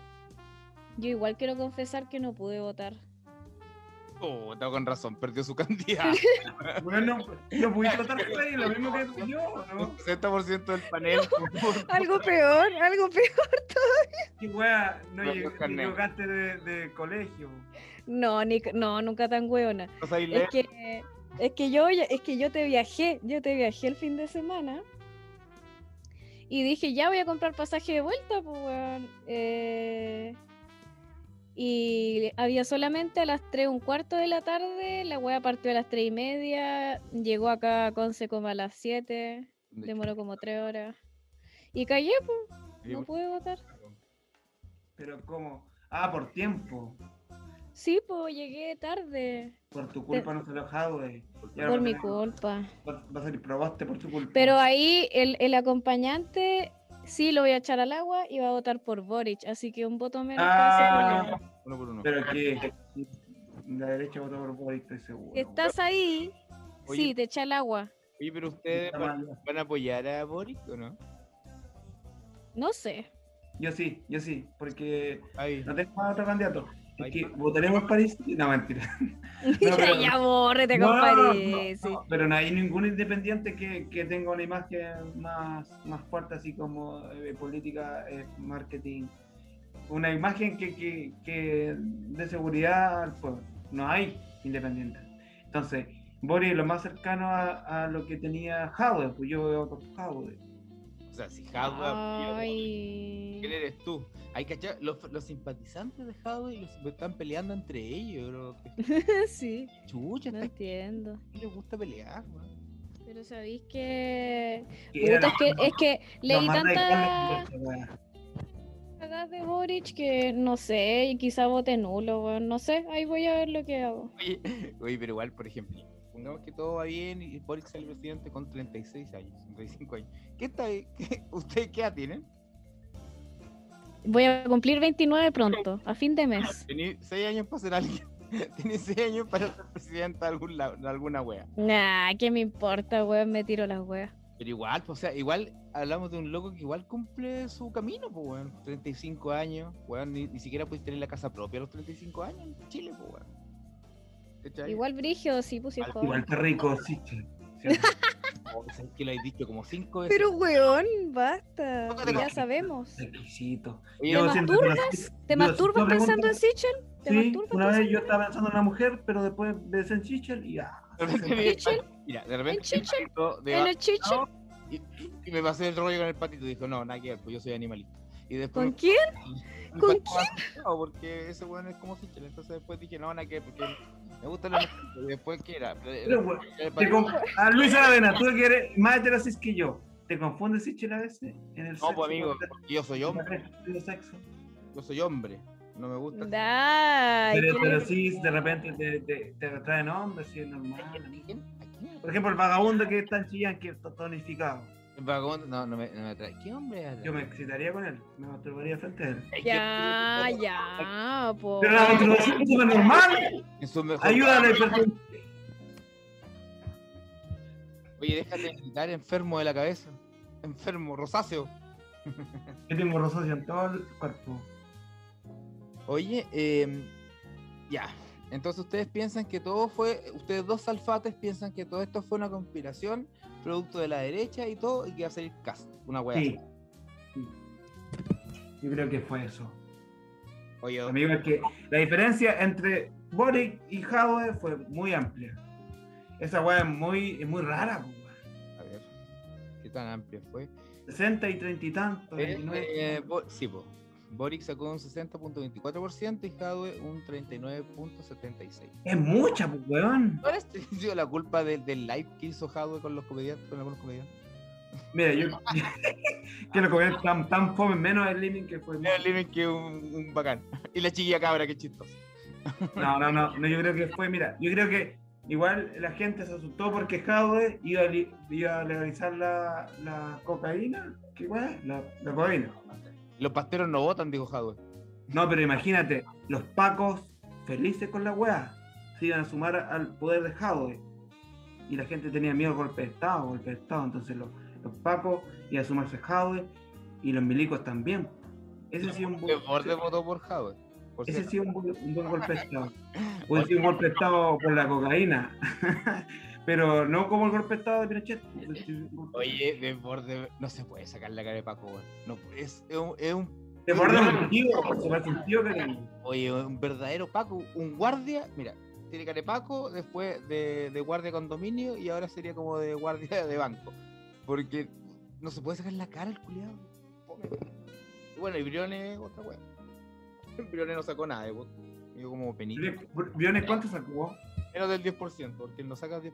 Speaker 3: yo igual quiero confesar que no pude votar.
Speaker 1: Oh, no, con razón, perdió su candidato.
Speaker 2: Bueno, lo pudiste votar por ahí, lo mismo que yo, ¿no?
Speaker 1: 60% del panel.
Speaker 3: Algo peor, algo peor.
Speaker 2: Qué wea, no
Speaker 1: No,
Speaker 2: llegué,
Speaker 1: pues, carne.
Speaker 2: llegaste de, de colegio.
Speaker 3: No, ni, no, nunca tan hueona.
Speaker 1: No sabéis
Speaker 3: Es
Speaker 1: leer.
Speaker 3: que, es que yo ya- es que yo te viajé, yo te viajé el fin de semana y dije, ya voy a comprar pasaje de vuelta, pues, weón". Eh, y había solamente a las 3, un cuarto de la tarde, la weá partió a las 3 y media, llegó acá a Conce como a las 7, demoró como 3 horas. Y callé, pues, no pude votar.
Speaker 2: Pero ¿cómo? Ah, por tiempo.
Speaker 3: Sí, pues, llegué tarde,
Speaker 2: Por tu culpa no se alojado, eh. güey. Claro,
Speaker 3: por mi
Speaker 2: claro.
Speaker 3: culpa.
Speaker 2: Va a salir, probaste por tu culpa.
Speaker 3: Pero ahí el, el acompañante sí lo voy a echar al agua y va a votar por Boric, así que un voto menos. para
Speaker 2: Ah,
Speaker 3: ese weón.
Speaker 1: Uno por uno.
Speaker 2: pero que la derecha votó por Boric, estoy seguro.
Speaker 3: Si Estás ahí,
Speaker 1: Oye.
Speaker 3: sí, te echa al agua.
Speaker 1: Oye, pero ustedes
Speaker 2: Está
Speaker 1: van,
Speaker 2: mal.
Speaker 1: van a apoyar a Boric o no?
Speaker 3: No sé.
Speaker 2: Yo sí, yo sí, porque
Speaker 1: Ay,
Speaker 2: no tengo más otro candidato. Es
Speaker 1: Ay,
Speaker 2: que votaremos por París. No, mentira. pero-
Speaker 3: ya bórrete,
Speaker 2: No, no, no,
Speaker 3: compadre.
Speaker 2: no,
Speaker 3: sí.
Speaker 2: no, pero no hay ningún independiente que, que tenga una imagen más, más fuerte, así como eh, política, eh, marketing. Una imagen que, que, que de seguridad al pueblo. No hay independiente. Entonces, Boris es lo más cercano a, a lo que tenía Howard, pues yo veo por Howard.
Speaker 1: o sea, si Jadwe apoya a Boric,
Speaker 3: Ay.
Speaker 1: ¿quién eres tú? Hay que achar- los, los simpatizantes de Jadwe los están peleando entre ellos, bro. Qué
Speaker 3: sí,
Speaker 1: Chucha,
Speaker 3: no
Speaker 1: esta
Speaker 3: entiendo.
Speaker 1: gente les gusta pelear, weón.
Speaker 3: Pero sabéis que...
Speaker 2: que era
Speaker 3: Puta, es
Speaker 2: la-
Speaker 3: que. Es que
Speaker 2: la
Speaker 3: leí
Speaker 2: más
Speaker 3: tantas
Speaker 2: radical de la derecha,
Speaker 3: cagadas de Boric que no sé, y quizá vote nulo, weón, No sé, ahí voy a ver lo que hago.
Speaker 1: Oye, oye, pero igual, por ejemplo, pongamos que todo va bien y Boric sale presidente con 36 años, 35 años. ¿Qué está, qué, ¿Ustedes qué edad tienen?
Speaker 3: Voy a cumplir 29 pronto, a fin de mes.
Speaker 1: Tení seis años para ser alguien. Tení seis años para ser presidenta de, algún lado- de alguna wea.
Speaker 3: Nah, ¿qué me importa, weón? Me tiro las weas.
Speaker 1: Pero igual, pues, o sea, igual hablamos de un loco que igual cumple su camino, pues, weón. 35 años, weón. Ni, ni siquiera puedes tener la casa propia a los 35 años en Chile, pues, weón. ¿Cachai?
Speaker 3: Igual Brigio, sí, pues sí, es
Speaker 1: Al-
Speaker 2: weá.
Speaker 3: joven.
Speaker 2: Igual que rico, sí. sí, sí.
Speaker 1: Oh, sabes que lo has dicho como cinco veces.
Speaker 3: Pero, weón, basta.
Speaker 1: Tócate
Speaker 3: Ya
Speaker 1: la-
Speaker 3: sabemos.
Speaker 2: Exquisito.
Speaker 1: Oye,
Speaker 3: ¿Te
Speaker 2: Yo siempre te lo-
Speaker 3: masturbas? ¿Te
Speaker 2: yo
Speaker 3: masturbas
Speaker 2: siempre
Speaker 3: pensando en
Speaker 2: pregunto-
Speaker 3: Sichel? ¿Te
Speaker 2: Sí,
Speaker 3: masturbas
Speaker 2: una vez
Speaker 3: pensando
Speaker 2: yo estaba pensando en una mujer, pero después ves en Chichel y ah.
Speaker 1: de repente me- Mira, de repente
Speaker 3: Chichén?
Speaker 1: me siento de
Speaker 3: en el Chichel?
Speaker 1: bajado y, y me pasé el rollo con el patito. Dijo, no, nada que ver, pues yo soy animalista. Y después
Speaker 3: ¿Con quién?
Speaker 1: me
Speaker 3: ¿Con
Speaker 1: pasó así, No, porque ese weón es como Sichel. Entonces después dije, no, nada que ver, porque me gusta la mujer. Y después, ¿qué era?
Speaker 2: Pero, weón, te con- a Luis Aravena, tú que eres más heterosis que yo. ¿Te confundes Sichel a veces? En el
Speaker 1: No, pues amigo, porque yo soy
Speaker 2: Yo
Speaker 1: hombre,
Speaker 2: sexo.
Speaker 1: yo soy hombre, no me gusta.
Speaker 3: Ay,
Speaker 2: Pero
Speaker 3: qué-
Speaker 2: heterosis de repente te, te, te atraen hombres, sí, es normal.
Speaker 1: ¿A quién? ¿A quién?
Speaker 2: Por ejemplo, el vagabundo que está en Chillán, que está tonificado.
Speaker 1: El vagabundo, no, no me, no me atrae. ¿Qué hombre es?
Speaker 2: Yo me excitaría con él, me masturbaría frente a él.
Speaker 1: Es que-
Speaker 3: Ya, ya, po.
Speaker 2: Pero la masturbación es súper normal.
Speaker 1: En su mejor-
Speaker 2: Ayúdame, perdón.
Speaker 1: Oye, déjate de gritar, enfermo de la cabeza. Enfermo, rosáceo.
Speaker 2: Yo tengo rosación en todo el cuerpo.
Speaker 1: Oye, eh, ya. Entonces ustedes piensan que todo fue, ustedes dos alfates piensan que todo esto fue una conspiración, producto de la derecha y todo, y que va a salir cast, una weá.
Speaker 2: Sí. Sí. Yo creo que fue eso.
Speaker 1: Oye,
Speaker 2: Amigo, es que la diferencia entre Boric y Jadwe fue muy amplia. Esa weá es muy, es muy rara, po, weón.
Speaker 1: a ver, qué tan amplio fue.
Speaker 2: 60 y 30 y tanto.
Speaker 1: Eh,
Speaker 2: 29.
Speaker 1: eh, Bo- sí, po. Boric sacó un 60.24% y Jadwe un 39.76%.
Speaker 2: Es mucha, po, weón.
Speaker 1: ¿Cuál es sido la culpa de- del live que hizo Jadwe con los comediantes, con algunos comediantes?
Speaker 2: Mira, yo. que lo comí tan, tan fome, menos el living que fue.
Speaker 1: El living que un, un bacán. Y la chiquilla cabra, qué chistoso.
Speaker 2: No, no, no, no, yo creo que fue, mira, yo creo que igual la gente se asustó porque Jadwe iba a, li- iba a legalizar la, la cocaína. ¿Qué weá? La, la cocaína.
Speaker 1: Los pasteros no votan, dijo Jadwe.
Speaker 2: No, pero imagínate, los pacos felices con la weá se iban a sumar al poder de Jadwe. Y la gente tenía miedo al golpe de Estado, golpe de Estado. Entonces los, los pacos y a sumarse Jadwe y los milicos también. Ese sí es un buen,
Speaker 1: El borde votó por Jadwe. por
Speaker 2: ese
Speaker 1: cierto.
Speaker 2: sí es un, buen- un buen golpe de Estado. Puede ser un golpe de Estado por la cocaína, pero no como el golpe de Estado de Pinochet.
Speaker 1: Oye, de borde no se puede sacar la cara de Paco, weón. No, es, es un, es un-
Speaker 2: Te guardan el sentido, se me ha sentido que
Speaker 1: oye, un verdadero Paco, un guardia, mira, tiene cara de Paco, después de, de guardia de condominio y ahora sería como de guardia de banco. Porque no se puede sacar la cara el culiado. Bueno, y Briones, otra weón. Briones no sacó nada, eh, weón. Yo como penito.
Speaker 2: Briones, ¿cuánto sacó?
Speaker 1: Menos del 10%, porque él no saca el 10%.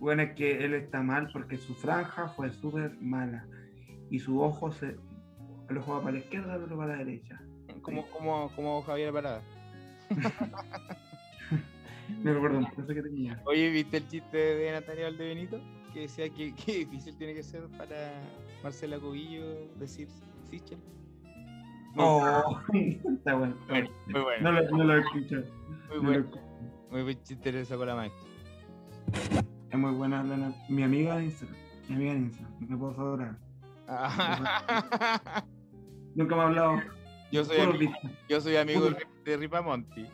Speaker 2: Bueno, es que él está mal porque su franja fue súper mala y su ojo se lo juega para la izquierda, lo para la derecha.
Speaker 1: Como, como, como Javier Parada.
Speaker 2: Me recuerdo un profe que tenía.
Speaker 1: Oye, ¿viste el chiste de Natalia Valdebenito? Que decía que, que difícil tiene que ser para Marcela Cubillo decir Sichel. Muy
Speaker 2: Oh, está bueno. está
Speaker 1: bueno, muy
Speaker 2: No
Speaker 1: bueno.
Speaker 2: lo, no lo he escuchado.
Speaker 1: Muy
Speaker 2: no lo he
Speaker 1: bueno.
Speaker 2: escuchado.
Speaker 1: Muy buen chiste le sacó la maestra.
Speaker 2: Es muy buena la, na- mi amiga de Instagram. Mi amiga de Instagram. Me puedo adorar.
Speaker 1: Ah,
Speaker 2: Nunca me ha hablado.
Speaker 1: yo, soy
Speaker 2: Puros
Speaker 1: amigo,
Speaker 2: vistos.
Speaker 1: yo soy amigo
Speaker 2: Puro-
Speaker 1: de Ripamonti.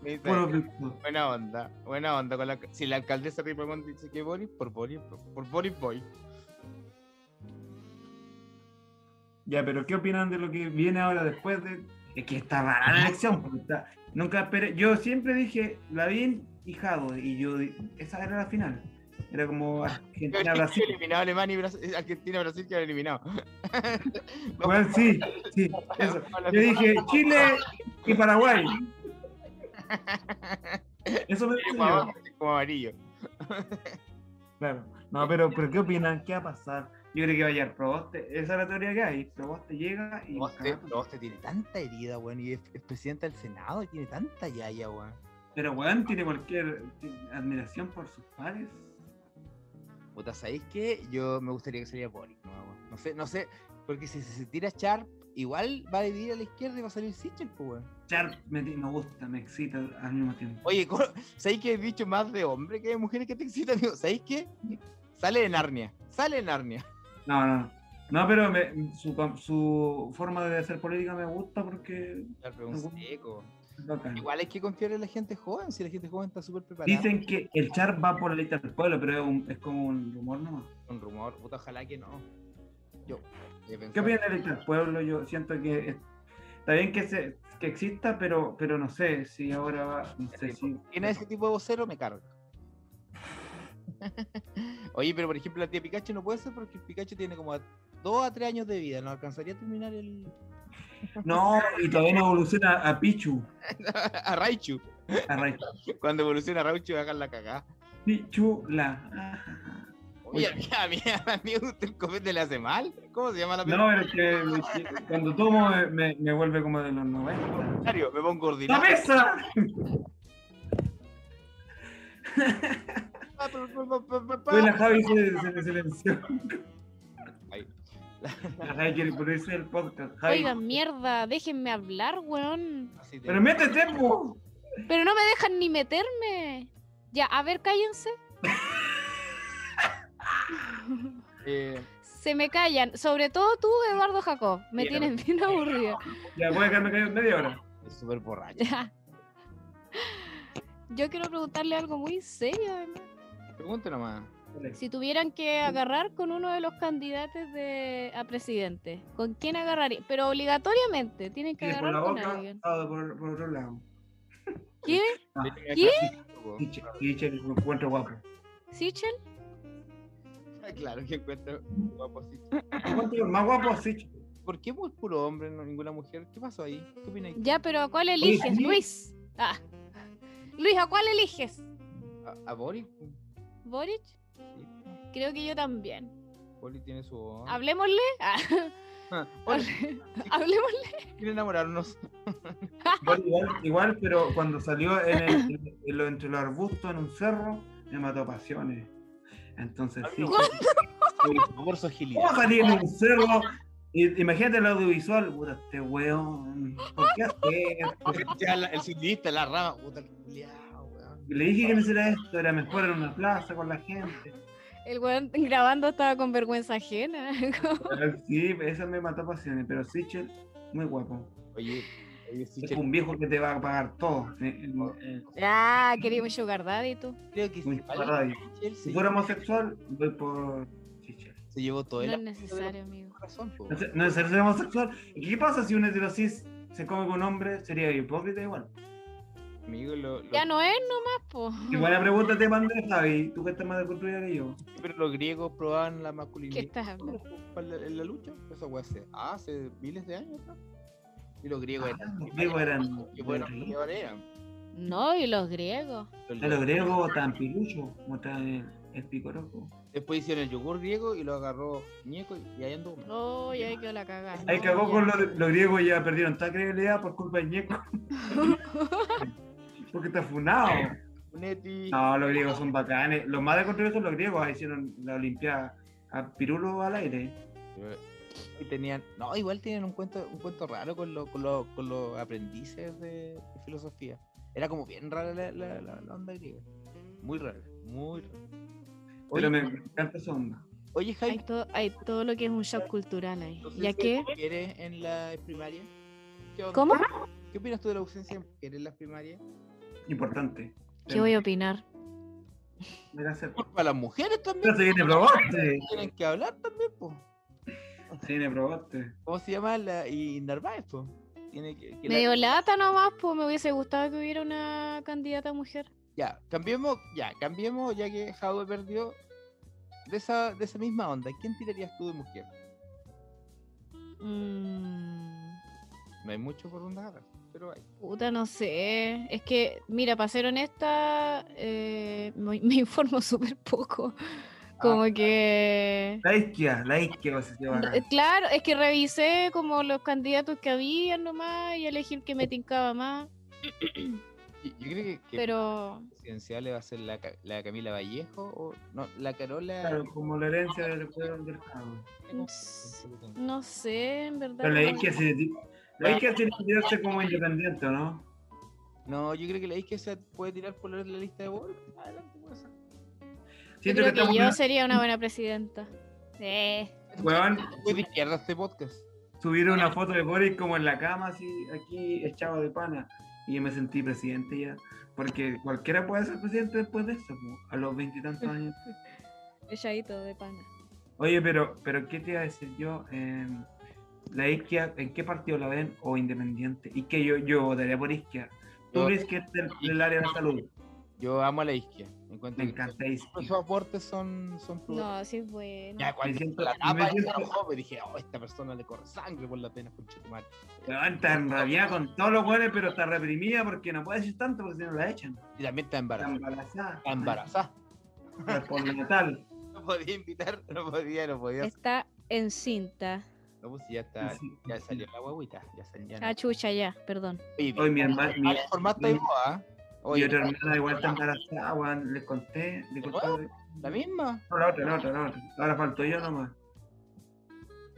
Speaker 1: Me dice,
Speaker 2: Puros vistos.
Speaker 1: Buena onda, buena onda. Con la, si la alcaldesa Ripamonti dice que Boris, por Boris, por Boris voy.
Speaker 2: Ya, pero ¿qué opinan de lo que viene ahora después de.? Es que está rara la elección. porque está- Nunca esperé. Yo siempre dije Lavín y Jado, y yo. di- Esa era la final. Era como Argentina-Brasil.
Speaker 1: Eliminado Alemania y Brasil, Argentina, Brasil que han eliminado.
Speaker 2: Bueno, sí, sí, eso. Yo dije Chile y Paraguay. Eso me
Speaker 1: como,
Speaker 2: enseñó.
Speaker 1: abajo, como amarillo.
Speaker 2: Claro. No, pero, pero ¿qué opinan? ¿Qué va a pasar? Yo creo que va a llegar Proboste. Esa es la teoría que hay. Proboste llega y.
Speaker 1: Proboste, Proboste tiene tanta herida, weón, y es, es presidente del Senado y tiene tanta yaya, weón.
Speaker 2: Pero, weón, tiene cualquier tiene admiración por sus pares.
Speaker 1: Puta, ¿sabéis qué? Yo me gustaría que saliera Boris, no, weón. No sé, no sé, porque si se tira Sharp, igual va a dividir a la izquierda y va a salir Sichel, pues, weón.
Speaker 2: Sharp me, me gusta, me excita al mismo tiempo.
Speaker 1: Oye, ¿cómo- ¿sabéis que he dicho más de hombre que de mujeres que te excitan? Digo, ¿Sabéis qué? Sale de Narnia, sale de Narnia.
Speaker 2: No, no. No, pero me- su, su forma de hacer política me gusta porque
Speaker 1: Un seco.
Speaker 2: es bacán.
Speaker 1: Igual hay que confiar en la gente joven, si la gente joven está súper preparada.
Speaker 2: Dicen que el Sharp va por la lista del pueblo, pero es, un- es como un rumor nomás.
Speaker 1: Un rumor, puta, ojalá que no. Yo. he
Speaker 2: ¿Qué
Speaker 1: pensado-
Speaker 2: opinan de la lista del pueblo? Yo siento que es- está bien que, se, que exista, pero, pero no sé si ahora va- no sé si.
Speaker 1: pues, tiene ese tipo de vocero, me carga. Oye, pero por ejemplo, la tía Pikachu no puede ser porque Pikachu tiene como a- dos a tres años de vida. No alcanzaría a terminar el.
Speaker 2: No, y todavía no evoluciona a Pichu.
Speaker 1: a Raichu.
Speaker 2: A Ray-
Speaker 1: Cuando evoluciona Raichu, hagan la cagada.
Speaker 2: Pichula.
Speaker 1: Oye, a mí, a mí, a mí usted el copete le hace mal. ¿Cómo se llama la película?
Speaker 2: No, pero es que, es que cuando tomo eh, me, me vuelve como de los 90.
Speaker 1: Ordinario, Me pongo
Speaker 2: ¡La
Speaker 1: ordinario.
Speaker 2: mesa!
Speaker 1: Pa, pa, pa, pa, pa, pa.
Speaker 2: Pues la Javi se, se me silenció.
Speaker 1: Ay.
Speaker 2: La Javi quiere ponerse el podcast. Javi.
Speaker 3: Oigan, mierda, déjenme hablar, weón.
Speaker 1: Así te-
Speaker 2: Pero métete, po.
Speaker 3: Pero no me dejan ni meterme. Ya, a ver, cállense.
Speaker 1: Eh,
Speaker 3: Se me callan. Sobre todo tú, Eduardo Jacob. Me
Speaker 1: Mira.
Speaker 3: tienes bien aburrida.
Speaker 2: Ya voy a quedarme callado media hora.
Speaker 1: es súper borracho.
Speaker 3: Ya. Yo quiero preguntarle algo muy serio, además.
Speaker 1: Pregunta nomás.
Speaker 3: Si tuvieran que agarrar con uno de los candidatos de, a presidente, ¿con quién agarraría? Pero obligatoriamente, tienen que
Speaker 2: Tienes por
Speaker 3: agarrar
Speaker 2: la
Speaker 3: con
Speaker 2: boca
Speaker 3: alguien.
Speaker 2: o por, por otro lado.
Speaker 3: ¿Qué?
Speaker 2: Ah.
Speaker 1: ¿Qué?
Speaker 2: Y che- y che, lo encuentro guapo.
Speaker 3: ¿Sichel?
Speaker 1: Claro que encuentro guapo así.
Speaker 2: Encuentro más guapo, sí. che.
Speaker 1: ¿Por qué muy puro hombre, no ninguna mujer? ¿Qué pasó ahí? ¿Qué opináis?
Speaker 3: Ya, pero ¿a cuál eliges,
Speaker 2: sí.
Speaker 3: Luis? Ah. Luis, ¿a cuál eliges?
Speaker 1: ¿A, a Boris?
Speaker 3: ¿Boric?
Speaker 1: Sí,
Speaker 3: Creo que yo también.
Speaker 1: Boris tiene su voz.
Speaker 3: ¿Hablemosle? Ah,
Speaker 1: Ah, Boris,
Speaker 3: ¿Hablemosle?
Speaker 1: quiere enamorarnos.
Speaker 2: Igual, igual, igual, pero cuando salió en el- en- en lo- entre los arbustos en un cerro, me mató a pasiones. Entonces, sí.
Speaker 1: ¿Cuándo? Por favor, su
Speaker 2: ¿Cómo
Speaker 1: agilidad.
Speaker 2: salir en un cerro? I- Imagínate el audiovisual. Puta, este weón. ¿Por qué hace esto?
Speaker 1: Ya la- el sindicalista, la rama. Puta, el culiao, weón.
Speaker 2: Le dije que no hiciera esto, era mejor en una plaza con la gente.
Speaker 3: El weón grabando estaba con vergüenza ajena. como-
Speaker 2: Pero Sí, eso me mató pasiones, pero Sichel, muy guapo.
Speaker 1: Oye, oye, sí,
Speaker 2: Es un viejo que te va a pagar todo. eh, eh, eh.
Speaker 3: ah, quería un sugar daddy tú.
Speaker 1: creo que
Speaker 2: muy
Speaker 1: si vale,
Speaker 2: radio.
Speaker 1: Sichel se,
Speaker 2: Si fuera homosexual, voy por Sichel.
Speaker 1: se llevó todo el
Speaker 3: No es
Speaker 1: amor de
Speaker 3: necesario, amigo.
Speaker 1: la razón, po.
Speaker 2: No sé- No es ser homosexual. ¿Y ¿Qué pasa si un heterosis se come con un hombre? Sería hipócrita igual.
Speaker 1: Amigo, lo- lo-
Speaker 3: Ya no es nomás, po.
Speaker 2: Qué buena pregunta te mandé, Javi. Tú que estás más de cultura que yo.
Speaker 1: pero los griegos probaban la
Speaker 3: ¿Qué
Speaker 1: masculinidad
Speaker 3: estás hablando?
Speaker 1: en la, en la lucha. Esa weá hace, ah, hace miles de años, ¿no? Y los griegos
Speaker 2: Ah,
Speaker 1: eran.
Speaker 2: los griegos eran-
Speaker 1: Qué buenos
Speaker 2: eran
Speaker 1: peleadores eran.
Speaker 3: No, y los griegos.
Speaker 1: Los
Speaker 2: A los griegos tan pilucho, como está el, el picoroco.
Speaker 1: Después hicieron el yogur griego y lo agarró Ñeco y y ahí anduvo.
Speaker 3: Oh, ya ahí quedó la cagada.
Speaker 2: Ahí cagó con los, los griegos y ya perdieron toda credibilidad por culpa de Ñeco. Porque está funado.
Speaker 1: Neti.
Speaker 2: No, los griegos son bacanes. Los más de control son los griegos. Ahí hicieron la Olimpiada a Pirulo al aire.
Speaker 1: Y tenían, no, igual tienen un cuento, un cuento raro con, lo- con, lo- con los aprendices de, de filosofía. Era como bien rara la, la- la- la onda griega. Muy rara, muy rara.
Speaker 2: Pero
Speaker 1: Oye,
Speaker 2: me encanta esa onda.
Speaker 1: oye
Speaker 3: Hay,
Speaker 1: Jaime,
Speaker 3: to- hay todo lo que es un shock cultural ahí.
Speaker 1: no sé
Speaker 3: ¿Ya
Speaker 1: si
Speaker 3: qué?
Speaker 1: hay mujeres en la primaria? ¿Qué onda?
Speaker 3: ¿Cómo?
Speaker 1: ¿Qué opinas tú de la ausencia de mujeres en las primarias?
Speaker 2: Importante.
Speaker 3: ¿Qué voy a opinar?
Speaker 2: Voy a hacer-
Speaker 1: Culpa a las mujeres también.
Speaker 2: Pero se viene Proboste.
Speaker 1: Tienen que hablar también, po.
Speaker 2: Se viene Proboste.
Speaker 1: ¿Cómo se llama la y Narváez, po? Tiene que, que la-
Speaker 3: Me dio lata nomás, pues me hubiese gustado que hubiera una candidata mujer.
Speaker 1: Ya, cambiemos, ya, cambiemos, ya que Jadwe perdió. De esa, de esa misma onda, ¿quién tirarías tú de mujer?
Speaker 3: Mm,
Speaker 1: No hay mucho por donde agarrar, pero hay.
Speaker 3: puta, no sé. Es que, mira, para ser honesta, eh, me, me informo súper poco.
Speaker 2: Ah,
Speaker 3: Como que...
Speaker 2: La isquia, la isquia va a ser
Speaker 3: No,
Speaker 2: bacán.
Speaker 3: eh, Claro, es que revisé como los candidatos que había nomás y elegí el que me tincaba más,
Speaker 1: Y- Yo creo que, que
Speaker 3: pero
Speaker 1: presidencial va a ser la, Ca- la Camila Vallejo o. No, la Carola.
Speaker 2: Claro, como la herencia del pueblo del Estado.
Speaker 3: ps, no sé, en verdad.
Speaker 2: Pero la
Speaker 3: no-
Speaker 2: isquia se. La isquia tiene que tirarse como independiente, ¿o ¿no?
Speaker 1: No, yo creo que la que se puede tirar por la lista de Boric. Adelante, puede ser.
Speaker 3: Yo
Speaker 2: Siento
Speaker 3: creo que
Speaker 2: estamos-
Speaker 3: yo sería una buena presidenta. Eh,
Speaker 2: Weón,
Speaker 1: Muy de izquierda este podcast.
Speaker 2: subieron una foto de Boris como en la cama, así, aquí echado de pana. Y yo me sentí presidente ya. Porque cualquiera puede ser presidente después de eso, po, a los veintitantos años.
Speaker 3: echadito de pana.
Speaker 2: Oye, pero, pero ¿qué te iba a decir yo? Eh, la izquierda, ¿en qué partido la ven? ¿O independiente? Y que yo, yo votaría por izquierda. Tú
Speaker 1: Yo,
Speaker 2: crees que es del, del área de la salud.
Speaker 1: yo amo a la izquierda. Encuentro
Speaker 2: Me
Speaker 1: que
Speaker 2: encanta
Speaker 1: todos
Speaker 2: izquierda.
Speaker 1: sus aportes son, son prudentes.
Speaker 3: No, sí es bueno.
Speaker 1: Ya cuando
Speaker 2: siento-
Speaker 1: la
Speaker 2: me
Speaker 1: tapa
Speaker 2: siento-
Speaker 1: era un joven, dije, oh, esta persona le corre sangre por la pena, conchetumar.
Speaker 2: Weón, Está enrabiada con todos los buenos, pero está reprimida porque no puede decir tanto porque si no la echan.
Speaker 1: Y también está
Speaker 2: Está
Speaker 1: embarazada.
Speaker 2: embarazada.
Speaker 1: Está embarazada.
Speaker 2: Por natal.
Speaker 1: No podía invitar, no podía, no podía.
Speaker 3: Está encinta.
Speaker 1: No, pues ya está,
Speaker 2: Sí,
Speaker 1: ya
Speaker 2: sí.
Speaker 1: salió la guaguita. Ya salió.
Speaker 3: Ah, chucha, ya, perdón.
Speaker 2: Hoy mi hermana, mi,
Speaker 1: Mal formato de moda. ¿ah?
Speaker 2: mi
Speaker 1: Oye,
Speaker 2: otra hermana igual está embarazada, weón, le conté, le conté.
Speaker 1: ¿la misma?
Speaker 2: No, la otra, la otra, la otra. Ahora falto yo nomás.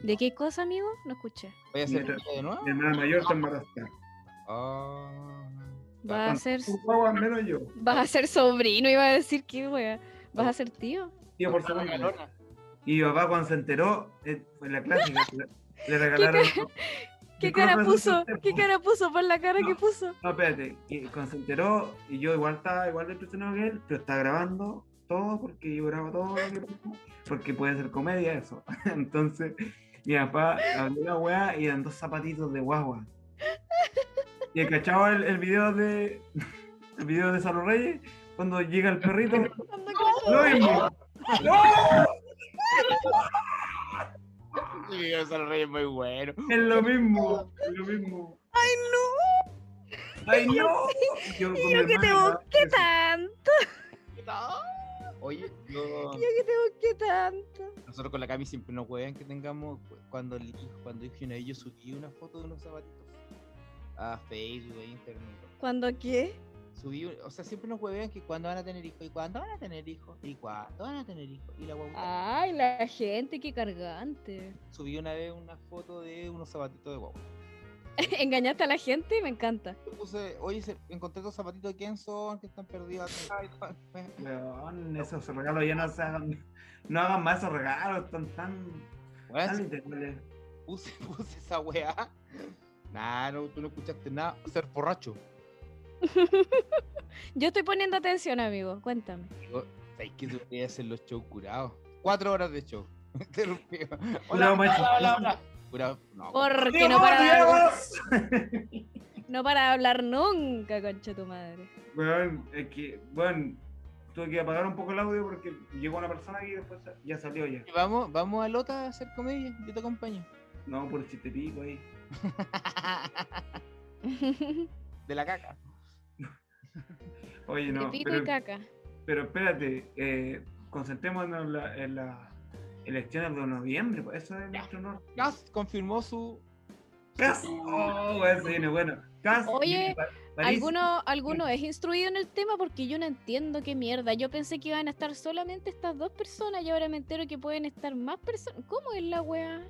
Speaker 3: ¿De qué cosa, amigo? No escuché.
Speaker 1: ¿Voy a
Speaker 2: Mi
Speaker 1: hacer
Speaker 2: otra-
Speaker 1: de nuevo?
Speaker 2: Mi hermana mayor está embarazada.
Speaker 1: Oh.
Speaker 3: Vas a
Speaker 2: Con
Speaker 3: ser,
Speaker 2: Un guagua menos yo.
Speaker 3: vas a ser sobrino, iba a decir que wea. Vas a ser tío.
Speaker 2: Tío, por favor. Y mi papá cuando se enteró, eh, fue la clásica. le- Le regalaron.
Speaker 3: ¿Qué
Speaker 2: Yo creo
Speaker 3: cara
Speaker 2: que
Speaker 3: puso?
Speaker 2: resulta-
Speaker 3: ¿Qué cara puso por la cara que puso?
Speaker 2: No, espérate. Y cuando se enteró, y yo igual estaba igual de impresionado que él, pero estaba grabando todo porque yo grabo todo lo que pasa, porque puede ser comedia eso. Entonces, mi papá abrió la weá y eran dos zapatitos de guagua. Y el cachado el, el video de el video de Salo Reyes, cuando llega el perrito,
Speaker 3: Anda
Speaker 2: lo
Speaker 3: con-
Speaker 2: mismo.
Speaker 1: Sí, yo soy el rey muy bueno.
Speaker 2: Es lo mismo, es lo mismo. ¡Ay no! ¡Ay no! Yo, con mi
Speaker 3: Yo que te
Speaker 2: hermano,
Speaker 3: busqué tanto,
Speaker 2: Oh.
Speaker 1: Oye, yo...
Speaker 3: yo que te busqué tanto.
Speaker 1: Nosotros con la Cami siempre nos juegan que tengamos, cu- cuando el hijo, cuando dije una vez yo subí una foto de unos zapatitos a Facebook, a Instagram.
Speaker 3: ¿Cuándo qué?
Speaker 1: Subí, un- o sea, siempre nos juegan que cuando van a tener hijos, y cuando van a tener hijos, y cuando van a tener hijos. Y la guagua
Speaker 3: Ay, la gente, qué cargante.
Speaker 1: subí una vez una foto de unos zapatitos de guagua.
Speaker 3: Engañaste a la gente, me encanta.
Speaker 1: Yo puse, oye, se- encontré dos zapatitos de Kenzo que están perdidos acá y todo.
Speaker 2: Weón, esos regalos ya no se hagan. No hagan más esos regalos, están tan.
Speaker 1: Weón,
Speaker 2: tan
Speaker 1: si
Speaker 2: literales.
Speaker 1: puse, puse esa weá. Nah, no, tú no escuchaste nada. Ser borracho.
Speaker 3: Yo estoy poniendo atención, amigo. Cuéntame.
Speaker 1: Digo, ¿sabes qué debería hacer los shows curados? Cuatro horas de show. Interrumpido. hola,
Speaker 2: Curado,
Speaker 1: hola,
Speaker 2: macho.
Speaker 1: hola, hola, hola. Curado, no.
Speaker 3: Porque
Speaker 2: ¡Dios,
Speaker 3: no para, de hablar,
Speaker 2: Dios!
Speaker 3: no para de hablar nunca, concha tu madre.
Speaker 2: Weón, es que, weón, tuve que apagar un poco el audio porque llegó una persona aquí y después sa- ya salió ya.
Speaker 1: Vamos, vamos a Lota a hacer comedia. Yo te acompaño.
Speaker 2: No, por el chiste pico ahí.
Speaker 1: De la caca.
Speaker 2: Oye, no.
Speaker 3: Te pico
Speaker 2: pero-
Speaker 3: y caca.
Speaker 2: Pero espérate, eh, concentrémonos en, la- en las elecciones de noviembre, pues, eso es
Speaker 1: Ya.
Speaker 2: nuestro honor.
Speaker 1: Gas confirmó su.
Speaker 2: ¡Cas! ¡Oh, weón, se viene bueno! ¡Cas!
Speaker 3: Oye,
Speaker 2: viene Pa- París.
Speaker 3: ¿Alguno, ¿Alguno es instruido en el tema? Porque yo no entiendo qué mierda. Yo pensé que iban a estar solamente estas dos personas y ahora me entero que pueden estar más personas. ¿Cómo es la weá?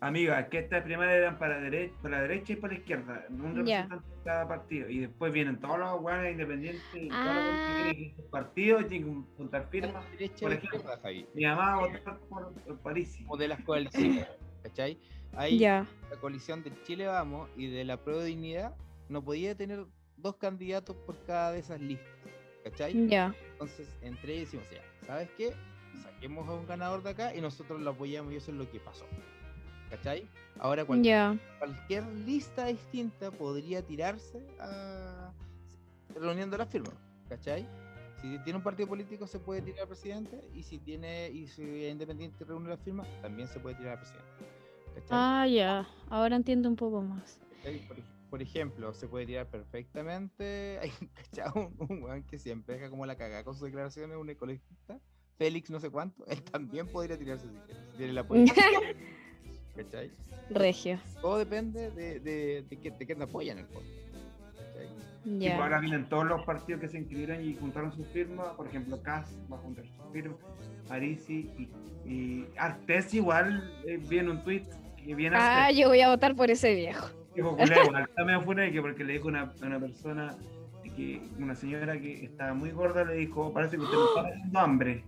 Speaker 2: Amiga, que estas primarias eran para, dere- para la derecha y para la izquierda, un
Speaker 3: Ya.
Speaker 2: representante de cada partido. Y después vienen todos los weones independientes, y todos los weones
Speaker 3: Ah.
Speaker 2: que tienen que ir a sus partidos y tienen que juntar firmas.
Speaker 1: Derecha
Speaker 2: Por
Speaker 1: de
Speaker 2: ejemplo.
Speaker 1: izquierda, Javi.
Speaker 2: Mi mamá va a votar por, por París.
Speaker 1: Como de las coaliciones. ¿Cachai? Hay
Speaker 3: Ya.
Speaker 1: la coalición del Chile Vamos y de la Prueba de Dignidad. No podía tener dos candidatos por cada de esas listas. ¿Cachai?
Speaker 3: Ya.
Speaker 1: Entonces, entre ellos decimos, ya, ¿sabes qué? Saquemos a un ganador de acá y nosotros lo apoyamos y eso es lo que pasó. ¿Cachai? Ahora cual-
Speaker 3: Ya.
Speaker 1: cualquier lista distinta podría tirarse a... reuniendo las firmas, ¿cachai? Si tiene un partido político se puede tirar al presidente y si tiene y si es independiente reúne las firmas también se puede tirar al presidente. ¿Cachai?
Speaker 3: Ah, ya. Ahora entiendo un poco más.
Speaker 1: ¿Cachai? Por, ej- por ejemplo, se puede tirar perfectamente. Hay un cachado, un- un weón que siempre deja como la cagada con sus declaraciones, un ecologista, Félix no sé cuánto, él también podría tirarse si quiere, si tiene el apoyo. ¿Cachai?
Speaker 3: Regio.
Speaker 1: Todo depende de, de, de, que, de que te apoyan el fondo. ¿cachai?
Speaker 2: Y pues
Speaker 3: Ya.
Speaker 2: ahora vienen todos los partidos que se inscribieron y juntaron sus firmas. Por ejemplo, CAS va a juntar sus firmas. Parisi y, y Artes igual eh, vi en un tweet que viene
Speaker 3: Ah,
Speaker 2: Artes.
Speaker 3: yo voy a votar por ese viejo.
Speaker 2: Dijo, "Culea, igual, está medio fuera de que porque le dijo una, una persona, que una señora que estaba muy gorda, le dijo, parece que usted no está pasando hambre.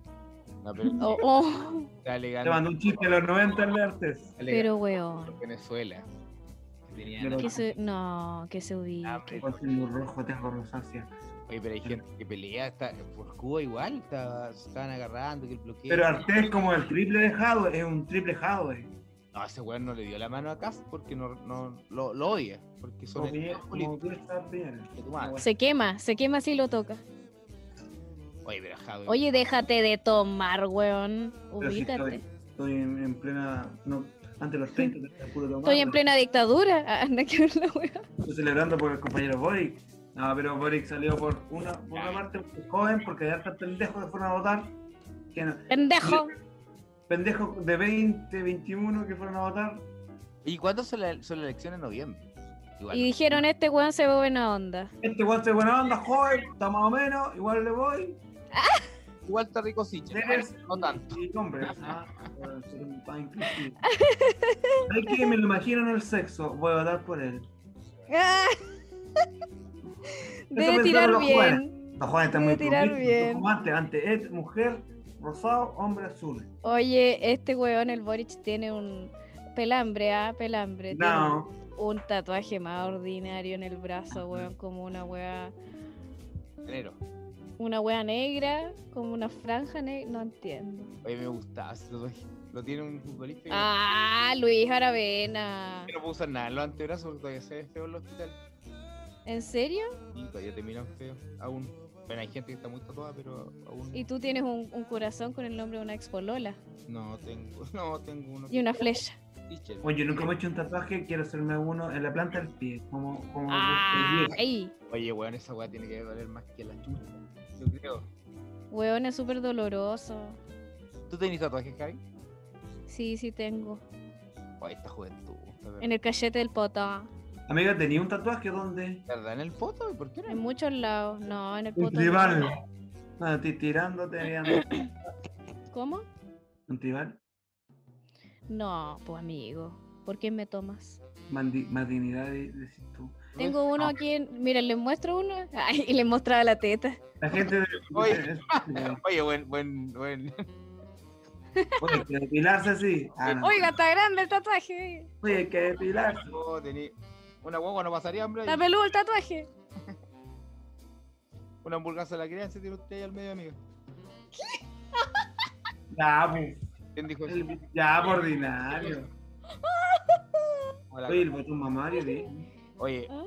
Speaker 1: No, pero
Speaker 3: Oh, oh,
Speaker 1: está
Speaker 2: Le mandó un chiste a los 90 en Artes.
Speaker 3: Pero weón.
Speaker 1: Venezuela. que Ah, tenían-
Speaker 2: Pero-
Speaker 3: Que se- no, que se ubique.
Speaker 2: Con su rojo, tengo rosácea.
Speaker 1: Oye, pero hay gente que pelea, está, por Cuba igual, está, se estaban agarrando, que el bloqueo.
Speaker 2: Pero Artes como el triple dejado, es un triple dejado. eh.
Speaker 1: No, ese weón no le dio la mano a Cast porque no, no lo, lo odia. Porque son
Speaker 2: Como que-
Speaker 1: enemigos
Speaker 2: como
Speaker 1: políticos.
Speaker 2: que está bien.
Speaker 1: Que tu madre.
Speaker 3: Se quema, se quema si lo toca.
Speaker 1: Oye, pero Jadwe.
Speaker 3: Oye, déjate de tomar, weón.
Speaker 2: Pero sí
Speaker 3: Ubícate.
Speaker 2: estoy, estoy en, en plena. No, antes de los 30, que era puro tomar,
Speaker 3: Estoy en
Speaker 2: ¿no?
Speaker 3: plena dictadura. Ah, anda que habla, weón.
Speaker 2: Estoy celebrando por el compañero Boric. No, pero Boric salió por una, por una parte porque es joven, porque ya está pendejo que fueron a votar. Que no-
Speaker 3: Pendejo.
Speaker 2: pendejos de 20, 21 que fueron a votar.
Speaker 1: ¿Y cuándo son, la- son las elecciones en noviembre? Igual.
Speaker 3: Y dijeron, este weón se ve buena onda.
Speaker 2: Este igual se buena onda, joven, está más o menos, igual le voy.
Speaker 1: Igual está rico Sichel,
Speaker 2: Eres-
Speaker 1: No tanto.
Speaker 2: Y hombre, ah, bueno, ser un pan inclusivo. ¿Sabes qué? Me lo imagino en el sexo, voy a votar por él.
Speaker 3: Ah. Debe
Speaker 2: pensaron
Speaker 3: tirar
Speaker 2: los
Speaker 3: bien.
Speaker 2: Los jóvenes están
Speaker 3: Voy
Speaker 2: muy
Speaker 3: a tirar
Speaker 2: promiscuos,
Speaker 3: bien.
Speaker 2: como antes, antes es mujer, rosado, hombre azul.
Speaker 3: Oye, este weón, el Boric, tiene un pelambre, ah, pelambre. tiene
Speaker 2: No,
Speaker 3: un tatuaje más ordinario en el brazo, weón, como una weá,
Speaker 1: Enero.
Speaker 3: una weá negra, como una franja negra, no entiendo.
Speaker 1: Oye, me gusta. ese tatuaje. Lo tiene un futbolista. y-
Speaker 3: Ah, Luis Aravena.
Speaker 1: Yo no puedo usar pues, nada en los antebrazos porque todavía se ve feo en el hospital.
Speaker 3: ¿En serio?
Speaker 1: Y todavía te miran feo. Aún. Bueno, hay gente que está muy tatuada, pero aún.
Speaker 3: Y tú tienes un, un corazón con el nombre de una expolola
Speaker 1: No tengo. No tengo uno.
Speaker 3: y una flecha.
Speaker 1: Sichel.
Speaker 2: Bueno, yo nunca me he hecho un tatuaje, quiero hacerme uno en la planta del pie, como, como
Speaker 3: Ah,
Speaker 2: el
Speaker 3: ¡Ay!
Speaker 1: Oye, weón, esa weá tiene que valer más que la chucha. Yo creo.
Speaker 3: Weón, es súper doloroso.
Speaker 1: ¿Tú tenés tatuajes, Javi?
Speaker 3: Sí, sí tengo.
Speaker 1: Oye, esta juventud. la verdad.
Speaker 3: En el cachete del potá.
Speaker 2: viejo. Amiga, tenía un tatuaje donde.
Speaker 1: ¿Verdad? ¿En el foto? ¿Y por qué
Speaker 3: En
Speaker 1: no?
Speaker 3: muchos lados. No, en el potá. no.
Speaker 2: Tribal. Ah, ti- tirándote, mirando.
Speaker 3: ¿Cómo?
Speaker 2: ¿Un tribal?
Speaker 3: No, pues amigo. ¿Por qué me tomas?
Speaker 2: mandi- más dignidad, de- decís tú.
Speaker 3: Tengo uno aquí, en- miren, les muestro uno Ay, y les mostraba la teta.
Speaker 2: La gente de.
Speaker 1: Oye. Oye, buen, buen, buen.
Speaker 2: Oye, hay que depilarse así. Ah, no.
Speaker 3: Oiga, está grande el tatuaje.
Speaker 2: Oye, hay que depilarse.
Speaker 1: No, Oh, tení- Una guagua no pasaría hambre.
Speaker 3: Está peludo el tatuaje.
Speaker 1: Una hamburguesa a la crianza tiene usted ahí al medio, amigo.
Speaker 2: Ya, pues,
Speaker 1: ¿Quién dijo eso?
Speaker 2: el- ya, por ordinario.
Speaker 1: Hola.
Speaker 2: Oye, el botón mamario de.
Speaker 1: Oye.
Speaker 3: ¿Ah?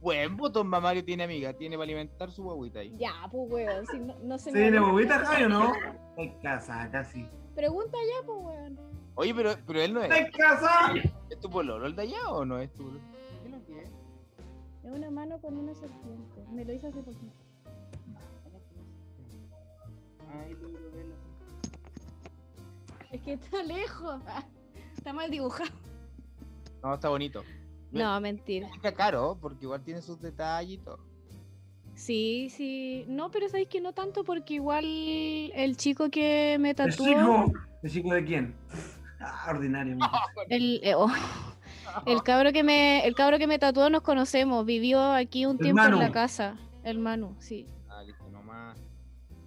Speaker 1: Buen botón mamario tiene amiga, tiene para alimentar su guaguita ahí.
Speaker 3: Ya, pues, weón. si no, no se
Speaker 2: ¿Se
Speaker 3: me
Speaker 2: viene
Speaker 3: ocurre.
Speaker 2: bobita, Javi, o no? Está casada, casi.
Speaker 3: Pregunta ya, pues, weón.
Speaker 1: Oye, pero, pero él no es.
Speaker 2: ¡Está casada!
Speaker 1: ¿Es tu pololo el de allá o no es tu pololo? ¿Qué es lo que es?
Speaker 3: Es una mano con una serpiente. Me lo hice hace poquito.
Speaker 1: Ay, tengo que verlo.
Speaker 3: Es que está lejos. Está mal dibujado.
Speaker 1: No, está bonito.
Speaker 3: No, mentira.
Speaker 1: Está caro, porque igual tiene sus detallitos.
Speaker 3: Sí, sí. No, pero sabéis que no tanto porque igual el chico que me
Speaker 2: ¿El
Speaker 3: tatuó.
Speaker 2: chico? ¿El chico de quién? Ah, ordinario. mujer.
Speaker 3: El, eh, oh, el cabro que me, el cabro que me tatuó nos conocemos, vivió aquí un
Speaker 2: El
Speaker 3: tiempo
Speaker 2: Manu.
Speaker 3: en la casa, el Manu, sí.
Speaker 1: Ah, listo, nomás.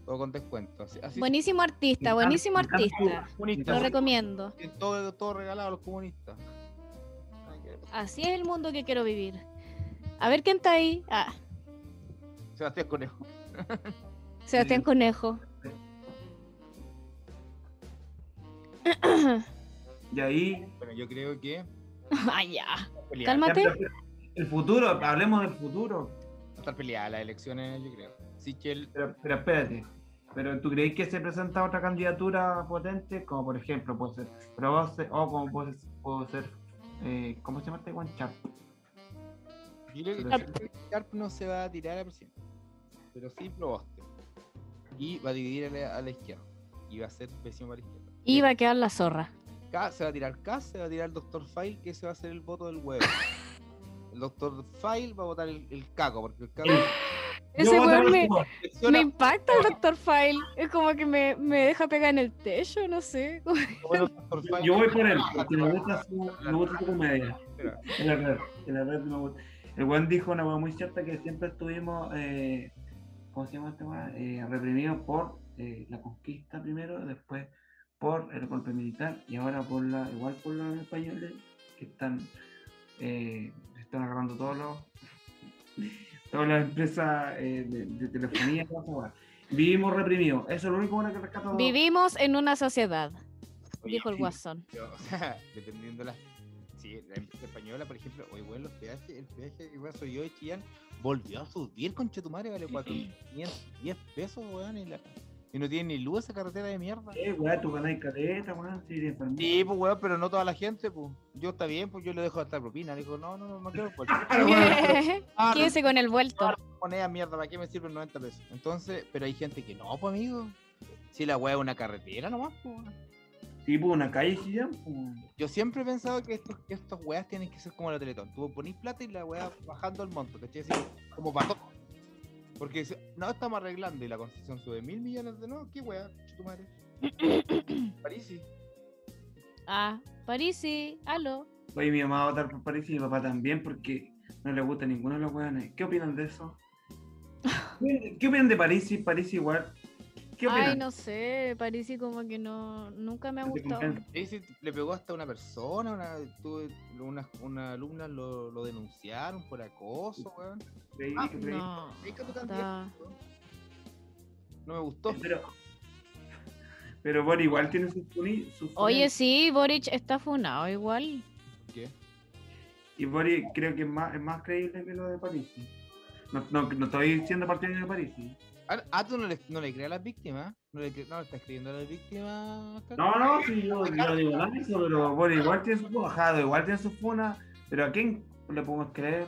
Speaker 1: Todo con descuento. Así, así
Speaker 3: Buenísimo artista, buenísimo
Speaker 2: Me encanta- me encanta
Speaker 3: artista.
Speaker 2: tu-
Speaker 1: comunista,
Speaker 3: Lo
Speaker 1: sí.
Speaker 3: recomiendo.
Speaker 1: Que Todo, todo regalado a los comunistas. Ay, qué-
Speaker 3: Así es el mundo que quiero vivir. A ver quién está ahí. Ah,
Speaker 1: Sebastián Conejo.
Speaker 3: Sebastián Conejo.
Speaker 2: Y ahí.
Speaker 1: Bueno, yo creo que.
Speaker 3: Ay, ya.
Speaker 1: peleada.
Speaker 3: Calma. Mate.
Speaker 2: El futuro, hablemos del futuro.
Speaker 1: Va a estar peleada las elecciones, yo creo. Sí que él.
Speaker 2: Pero, pero espérate. ¿Pero tú crees que se presenta otra candidatura potente? Como por ejemplo, puede ser Proboste o como puede ser. puede ser, eh, ¿Cómo se llama este Juan Chap?
Speaker 1: Yo creo que
Speaker 2: Pero-
Speaker 1: Carp- Carp no se va a tirar a presidente. Pero sí probaste. Y va a dividir a la, a la izquierda. Y va a ser pésimo para la izquierda.
Speaker 3: Y va a quedar la zorra.
Speaker 1: K, se va a tirar K, se va a tirar el Dr. File, que ese va a ser el voto del huevo. El Dr. File va a votar el, el caco, porque el caco
Speaker 3: Ese
Speaker 2: Yo voto
Speaker 3: weón
Speaker 2: por
Speaker 3: me,
Speaker 2: el Juan.
Speaker 3: me
Speaker 1: selecciona
Speaker 3: impacta el Dr. File. Es como que me, me deja pegar en el techo, no sé.
Speaker 1: el Dr. File. Ah,
Speaker 2: Yo voy por él, porque me gusta su, me gusta su comedia.
Speaker 1: Espera.
Speaker 2: El error, el error me gusta. El Juan dijo una cosa muy cierta que siempre estuvimos, eh, ¿cómo se llama este weón? Eh, reprimidos por eh, la conquista primero, después por el golpe militar y ahora por la, igual por los españoles que están, eh, están agarrando todos los, todas las empresas eh, de, de telefonía. y toda esa weá. Vivimos reprimidos, eso es lo único bueno que rescato.
Speaker 3: Vivimos en una sociedad,
Speaker 1: Oye,
Speaker 3: dijo el
Speaker 1: sí,
Speaker 3: guasón.
Speaker 1: pero, o sea, dependiendo la. Sí, la empresa española, por ejemplo, hoy bueno, los peajes, el peaje que pasó yo de Chillán volvió a subir con Chetumare, vale 410 pesos, weón, y, la- y no tiene ni luz esa carretera de mierda.
Speaker 2: Eh, weá, tú ganas caleta, weón, si eres enfermo.
Speaker 1: Sí, pues weón, pero no toda la gente, pues. Yo está bien, pues yo le dejo hasta propina. Le digo, no, no, no, no quiero pues. Ah, no,
Speaker 3: Quédese con el vuelto.
Speaker 2: ah.
Speaker 1: moneda mierda, ¿para qué me sirven 90 pesos? Entonces, pero hay gente que no, pues amigo. Si la weá es una carretera nomás, pues.
Speaker 2: Sí, pues una calle sí, ya, pues.
Speaker 1: Yo siempre he pensado que estos, que estas weas tienen que ser como la Teletón. Tú ponís plata y la weá bajando el monto, ¿cachai? Así, como pato. Porque si- no estamos arreglando y la concesión sube mil millones de no, qué weá, tu madre. París, sí.
Speaker 3: Ah, Parisi, aló.
Speaker 2: Oye, mi mamá va a votar por París y mi papá también porque no le gusta ninguno de los weones. ¿Qué opinan de eso? ¿Qué, qué opinan de París y París igual? ¿Qué opinan?
Speaker 3: Ay, no sé, Parisi como que no, nunca me ha
Speaker 2: ¿Te
Speaker 3: gustado.
Speaker 2: confianza?
Speaker 1: Ahí sí le pegó hasta una persona, una, tuve una, una alumna lo, lo denunciaron por acoso, weón.
Speaker 2: Creí-
Speaker 1: Ah,
Speaker 2: creí-
Speaker 3: No,
Speaker 1: Es que tu
Speaker 3: da.
Speaker 1: candidato, No me gustó.
Speaker 2: Pero, pero bueno, igual tiene sus funi- sus
Speaker 3: Oye,
Speaker 2: funes.
Speaker 3: sí, Boric está funado igual.
Speaker 1: ¿Qué?
Speaker 2: Y Boris creo que es más, es más creíble que lo de París. No, no, no estoy siendo partidario de París.
Speaker 1: Ah, ah, tú no le, no le creas a las víctimas. ¿eh? No le, cre- no le estás creyendo a las víctimas. Oscar?
Speaker 2: No, no, sí, yo, yo digo nada de eso, pero bueno, igual tiene su bajado, igual tiene su funa, pero ¿a quién le podemos creer?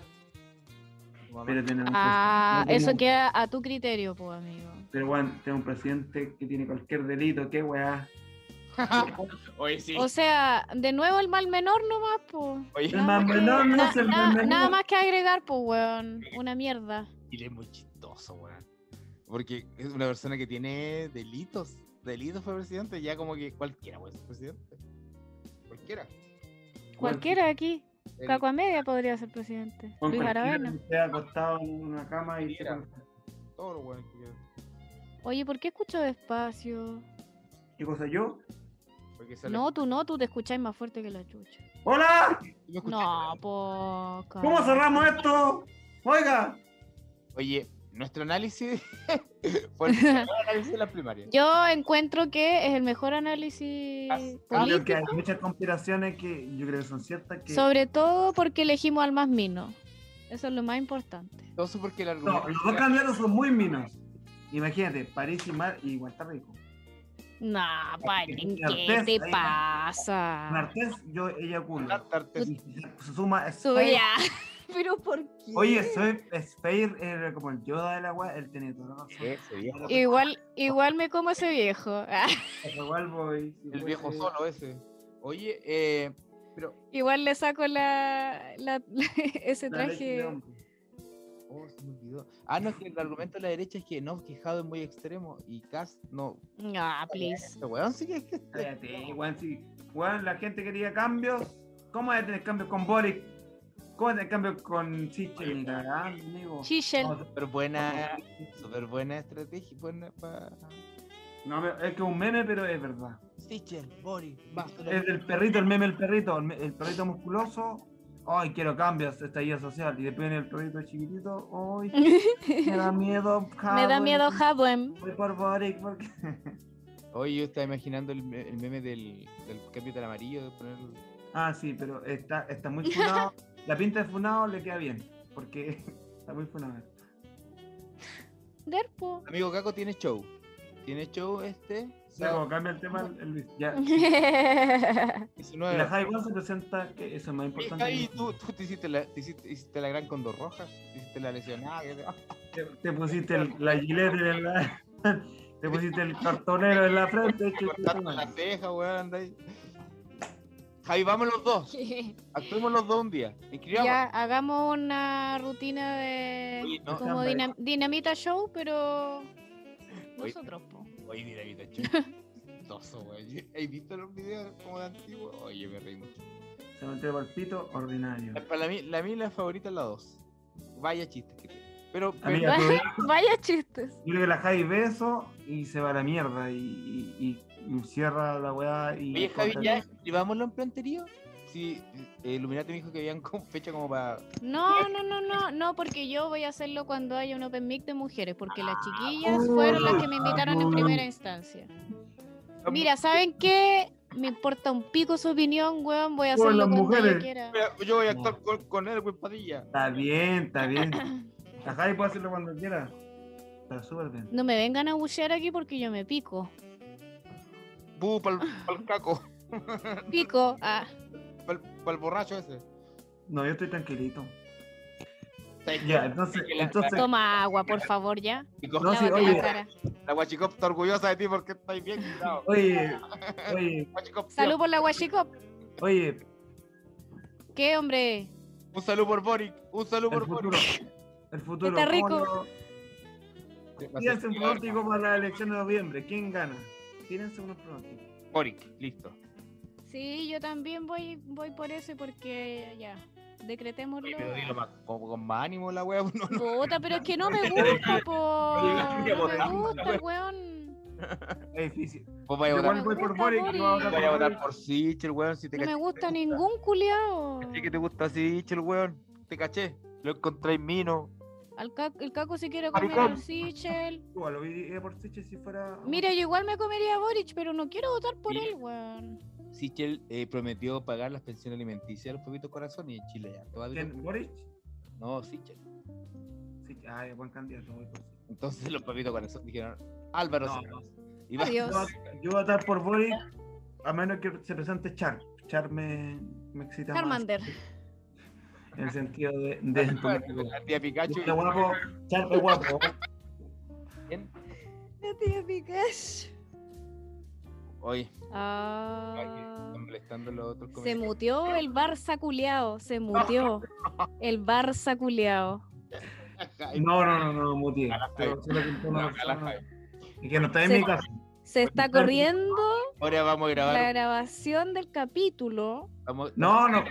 Speaker 1: Mamá,
Speaker 2: Pero tenemos,
Speaker 3: Ah,
Speaker 2: no
Speaker 3: eso
Speaker 2: tenemos-
Speaker 3: queda a tu criterio, pues, amigo.
Speaker 2: Pero bueno, tenemos un presidente que tiene cualquier delito, qué weá.
Speaker 1: Oye, sí.
Speaker 3: O sea, de nuevo el mal menor nomás, pues.
Speaker 1: Oye,
Speaker 2: El mal menor no es el mal menor.
Speaker 3: Nada más que agregar, pues, weón. Una mierda.
Speaker 1: y es muy chistoso, weón. Porque es una persona que tiene delitos. Delitos fue presidente. Ya como que cualquiera puede ser presidente. Cualquiera.
Speaker 3: Cualquiera aquí.
Speaker 1: El-
Speaker 3: Caco Media podría ser presidente.
Speaker 2: Con
Speaker 3: Luis
Speaker 2: cualquiera
Speaker 3: Aravena.
Speaker 2: que esté acostado en una cama y...
Speaker 1: Mira. todos los weones que quieran.
Speaker 3: Oye, ¿por qué escucho despacio?
Speaker 2: ¿Qué cosa yo?
Speaker 1: Porque sale-
Speaker 3: No, tú no, tú te escucháis más fuerte que la chucha.
Speaker 2: ¡Hola!
Speaker 1: ¿Me escuchas?
Speaker 3: No, poca.
Speaker 2: ¿Cómo cerramos esto? Oiga,
Speaker 1: Oye, nuestro análisis fue el mejor análisis de las primarias.
Speaker 3: Yo encuentro que es el mejor análisis
Speaker 1: Ah, sí.
Speaker 2: creo que
Speaker 3: político,
Speaker 2: hay muchas conspiraciones que yo creo que son ciertas que...
Speaker 3: sobre todo porque elegimos al más mino. Eso es lo más importante.
Speaker 1: Todo eso porque el
Speaker 2: No,
Speaker 1: argumento.
Speaker 2: los dos candidatos son muy minos. Imagínate, París y Mar y Rico.
Speaker 3: No, Palin, ¿qué
Speaker 2: Cortés,
Speaker 3: te
Speaker 2: ahí va.
Speaker 3: pasa?
Speaker 2: Martés, yo, ella culo.
Speaker 1: Tartes-
Speaker 2: Y Se suma Spade.
Speaker 3: Suya. ¿Pero por qué?
Speaker 2: Oye, soy Spade era como el Yoda del agua, el tenedor. ¿no?
Speaker 1: Ese viejo.
Speaker 3: Igual, igual me como ese viejo.
Speaker 2: Ese Walbo y-
Speaker 1: El viejo solo ese. Oye, eh, pero.
Speaker 3: igual le saco la, la- ese
Speaker 2: La leche de
Speaker 3: traje.
Speaker 2: hombre.
Speaker 1: Oh, se me olvidó. Ah, no, es que el argumento de la derecha es que no, quejado es muy extremo. Y Cast, no.
Speaker 3: No, please.
Speaker 1: Este weón sí que es que.
Speaker 2: Cállate, weón, sí. Weón, la gente quería cambios. ¿Cómo vas a tener cambios con Boris? ¿Cómo vas a tener cambios con Chiche? Ni cagando, amigo.
Speaker 3: Chichel.
Speaker 2: No,
Speaker 1: Súper buena, súper buena estrategia. Buena para.
Speaker 2: No, me- es que es un meme, pero es verdad.
Speaker 1: Stitcher, Boris, basta.
Speaker 2: Es del perrito, el meme del perrito, el, me- el perrito musculoso. Ay, quiero cambios, estallido social. Y después viene el perrito chiquitito. Ay, me da miedo.
Speaker 3: me da
Speaker 2: Howard.
Speaker 3: miedo Hubwem.
Speaker 2: Voy por Boric porque...
Speaker 1: Oye, yo estaba imaginando el, me- el meme del, del Capitán Amarillo. De poner...
Speaker 2: Ah, sí, pero está, está muy funado. La pinta de funado le queda bien. Porque está muy funado.
Speaker 3: Derpo.
Speaker 1: Amigo Caco tiene show. Tiene show este.
Speaker 2: Ya, como
Speaker 1: sábado
Speaker 2: cambia el tema, el Luis. Ya. Y
Speaker 1: 19.
Speaker 2: la Jai Wan se presenta, que eso es más
Speaker 1: Oye,
Speaker 2: importante.
Speaker 1: Javi, tú, tú te hiciste la, te hiciste, hiciste la gran condor roja, te hiciste la lesionada. que te-
Speaker 2: Ah, Te, te pusiste el- la gilete en la... Te pusiste el cartonero en la frente.
Speaker 1: te cortaste la ceja, weón. anda ahí. Javi, vamos los dos. Actuemos los dos un día. Inscribamos.
Speaker 3: ya, hagamos una rutina de
Speaker 1: Oye, no.
Speaker 3: como
Speaker 2: Hombre.
Speaker 3: dinam- dinamita show, pero
Speaker 1: Oye.
Speaker 3: nosotros, po.
Speaker 1: Oye, mira, mira, chistoso, weón. ¿Has visto los videos como de antiguo? Oye, me reí mucho.
Speaker 2: Se metió por el pito ordinario.
Speaker 1: La- Para mí, la, mí la favorita es la 2. Vaya chistes que tiene. Pero, pero-
Speaker 2: Amiga, tú-
Speaker 3: Vaya chistes.
Speaker 2: Yo creo que la Javi ve eso y se va a la mierda y, y- y- y cierra la weá y...
Speaker 1: oye, Javi, ya escribámoslo en planterío. Sí, eh, Illuminati me dijo que habían con fecha como para.
Speaker 3: No, no, no, no, no, porque yo voy a hacerlo cuando haya un open mic de mujeres, porque
Speaker 1: Ah,
Speaker 3: las chiquillas
Speaker 1: oh.
Speaker 3: fueron las que me invitaron en primera instancia. Mira, ¿saben qué? Me importa un pico su opinión, weón, voy a
Speaker 2: Por
Speaker 3: hacerlo
Speaker 2: las
Speaker 3: cuando yo
Speaker 2: mujeres.
Speaker 3: quiera.
Speaker 1: Mira, Yo voy a actuar con, con él, güey, Padilla.
Speaker 2: Está bien, está bien. La Javi puede hacerlo cuando quiera. Está súper bien.
Speaker 3: No me vengan a buchear aquí porque yo me pico.
Speaker 1: Bu, pa'l, pa'l caco,
Speaker 3: Pico, ah,
Speaker 1: pa'l, pa'l borracho ese.
Speaker 2: No, yo estoy tranquilito.
Speaker 1: ¿Sabes qué?
Speaker 2: Ya, entonces...
Speaker 1: Que la-
Speaker 2: entonces
Speaker 3: toma agua, por favor, ya.
Speaker 1: Chicos,
Speaker 2: No, sí,
Speaker 3: Lávate la
Speaker 2: oye.
Speaker 3: cara.
Speaker 1: La guachicop está orgullosa de ti porque estáis bien cuidado.
Speaker 2: oye, oye,
Speaker 1: Guachicop, tío,
Speaker 3: Salud por la guachicop.
Speaker 2: oye,
Speaker 3: ¿Qué, hombre?
Speaker 1: Un saludo por Boric, un saludo
Speaker 2: el
Speaker 1: por
Speaker 2: futuro.
Speaker 1: Boric.
Speaker 2: El futuro.
Speaker 3: Está rico.
Speaker 2: ¿cómo lo- Tírense un pronóstico para la elección de noviembre. ¿Quién gana? Tírense unos pronósticos.
Speaker 1: Boric, listo.
Speaker 3: Sí, yo también voy, voy por eso porque ya, decretémoslo.
Speaker 1: Oye, pero dilo más, con, con más ánimo la wea. pues No, no.
Speaker 3: Puta, pero es que no me gusta, po.
Speaker 1: Oye, la
Speaker 3: No
Speaker 1: mía
Speaker 3: me
Speaker 1: votando,
Speaker 3: gusta,
Speaker 1: weón.
Speaker 3: weón.
Speaker 2: Es difícil.
Speaker 1: Vos vais a
Speaker 2: Yo
Speaker 1: votar,
Speaker 2: igual voy por
Speaker 3: gusta
Speaker 2: Boric.
Speaker 3: Boric.
Speaker 2: yo voy a
Speaker 1: voy a
Speaker 2: votar
Speaker 1: votar
Speaker 2: por
Speaker 1: por Sichel, weón. Si te
Speaker 3: No me
Speaker 1: caché,
Speaker 3: gusta
Speaker 1: te
Speaker 3: ningún culiao.
Speaker 1: Así que te gusta Sichel, weón. Te caché. Lo encontré en Mino.
Speaker 3: Al ca- el caco se quiere
Speaker 1: Maricón.
Speaker 3: comer al Sichel.
Speaker 2: Boric. Igual, lo iría por Siche si fuera.
Speaker 3: Mira, yo igual me comería a Boric, pero no quiero votar por
Speaker 1: Mira.
Speaker 3: él, weón.
Speaker 1: Sichel eh, prometió pagar las pensiones alimenticias a los pueblitos corazón y en Chile ya. Todavía
Speaker 2: ¿Quién? ¿Boric?
Speaker 1: No, Sichel.
Speaker 2: Sí, ay, buen candidato. voy por Sichel.
Speaker 1: Entonces los pueblitos corazón dijeron Álvaro
Speaker 2: No.
Speaker 1: Serrano. Y va-
Speaker 3: Adiós.
Speaker 2: Yo, voy a- yo voy a votar por Boric, a menos que se presente Char. Char me, me excita más,
Speaker 3: Charmander.
Speaker 2: En el sentido de. de
Speaker 1: La tía Pikachu.
Speaker 2: Está guapo. Char es guapo.
Speaker 1: ¿Quién?
Speaker 3: La tía Pikachu.
Speaker 1: Oye,
Speaker 3: Ah.
Speaker 1: están molestando los otros
Speaker 3: Se
Speaker 1: comentarios.
Speaker 3: muteó el Barça culiao. Se muteó el Barça culiao.
Speaker 1: Ay,
Speaker 2: No, no, no, no, Muti. Pero solo que tú no-
Speaker 1: no, calaja.
Speaker 2: Y que no está en mi casa.
Speaker 3: Se está corriendo
Speaker 1: Ahora vamos a
Speaker 3: la
Speaker 1: grabar.
Speaker 3: grabación del capítulo.
Speaker 1: vamos-
Speaker 2: No, no.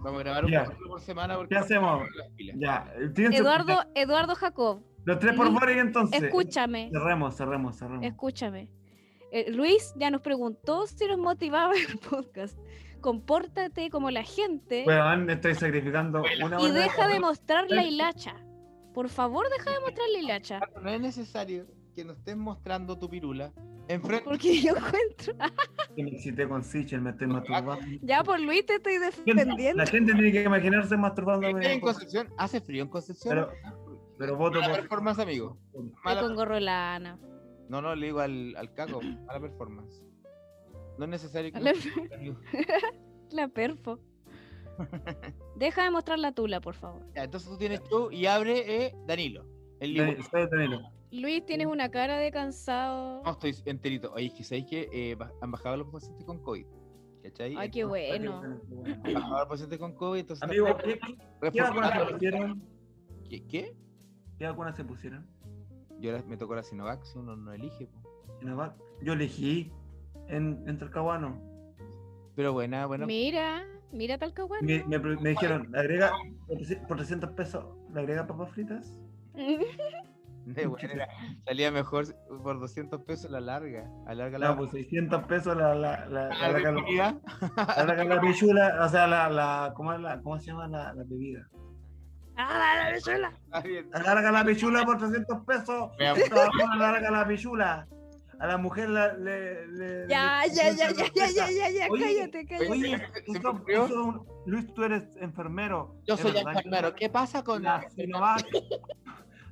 Speaker 1: Vamos a grabar un
Speaker 2: Ya.
Speaker 1: capítulo por semana porque
Speaker 2: ¿Qué hacemos?
Speaker 1: las pilas.
Speaker 2: Ya, tienen su-
Speaker 3: Eduardo, Eduardo Jacob,
Speaker 2: Los tres por Boric entonces.
Speaker 3: escúchame,
Speaker 2: Cerremos, cerremos, cerremos.
Speaker 3: escúchame. Eh, Luis ya nos preguntó si nos motivaba el podcast. Compórtate como la gente
Speaker 2: Weón, estoy sacrificando
Speaker 1: Vuela.
Speaker 2: una
Speaker 3: y
Speaker 2: hora.
Speaker 3: deja de mostrar la hilacha. Por favor, deja de mostrar la hilacha.
Speaker 1: No es necesario que nos estés mostrando tu pirula enfrente.
Speaker 3: Porque yo encuentro.
Speaker 2: que me excité con Sichel, me estoy masturbando.
Speaker 3: Ya por Luis te estoy defendiendo.
Speaker 2: La gente tiene que imaginarse
Speaker 1: ¿Estás
Speaker 2: masturbándome.
Speaker 1: en Concepción? ¿Hace frío en Concepción?
Speaker 2: Pero, pero voto
Speaker 1: Mala
Speaker 2: por.
Speaker 1: performance, amigo.
Speaker 3: Estoy
Speaker 1: Mala-
Speaker 3: con gorrolana.
Speaker 1: No, no, le digo al, al caco, mala performance. No es necesario que...
Speaker 3: La,
Speaker 1: amigo.
Speaker 3: la perfo. Deja de mostrar la tula, por favor.
Speaker 1: Ya, entonces tú tienes show y abre eh, Danilo. El libro.
Speaker 2: Dani- solo Danilo.
Speaker 3: Luis, tienes una cara de cansado.
Speaker 2: Ah,
Speaker 1: No, estoy enterito. Oye, es que sabéis que eh, ba- han bajado los pacientes con COVID. ¿Cachai?
Speaker 3: Ay, qué bueno.
Speaker 1: Han bajado los pacientes con COVID, entonces...
Speaker 2: Amigo, ¿qué, qué vacunas se
Speaker 1: reformularon.
Speaker 2: pusieron?
Speaker 1: ¿Qué? ¿Qué?
Speaker 2: ¿Qué vacunas se pusieron?
Speaker 1: Yo ahora me tocó la Sinovac, si uno no elige. po.
Speaker 2: Sinovac. Yo elegí en, en Talcahuano.
Speaker 1: Pero buena, buena.
Speaker 3: Mira, mira Talcahuano.
Speaker 2: Me, me, pre- me dijeron, agrega por 300 por 300 pesos, le agrega papas fritas.
Speaker 1: Eh, bueno, era- salía mejor por 200 pesos la larga. Alarga la
Speaker 2: No, pues 600 pesos la, la,
Speaker 1: la
Speaker 2: la, la, la, la,
Speaker 1: comida.
Speaker 2: la, la pichula, o sea, la, la, ¿cómo, es la, ¿cómo se llama la, la bebida?
Speaker 3: ¡Ah, la bichuela!
Speaker 1: Está bien.
Speaker 2: Alarga la pichula por 300 pesos.
Speaker 1: Veamos.
Speaker 2: Trabajó la larga la pichula. A la mujer la, le, le-
Speaker 3: Ya,
Speaker 2: le-
Speaker 3: ya, ya, ya, ya, ya, ya, ya,
Speaker 2: Oye,
Speaker 3: cállate, cállate.
Speaker 2: Oye,
Speaker 1: Se me
Speaker 2: eso-
Speaker 1: ocurrió.
Speaker 2: eso es un- Luis, tú eres enfermero.
Speaker 1: Yo
Speaker 2: ¿Es
Speaker 1: soy
Speaker 2: verdad que
Speaker 1: enfermero. ¿Qué pasa con
Speaker 2: La Sinovac,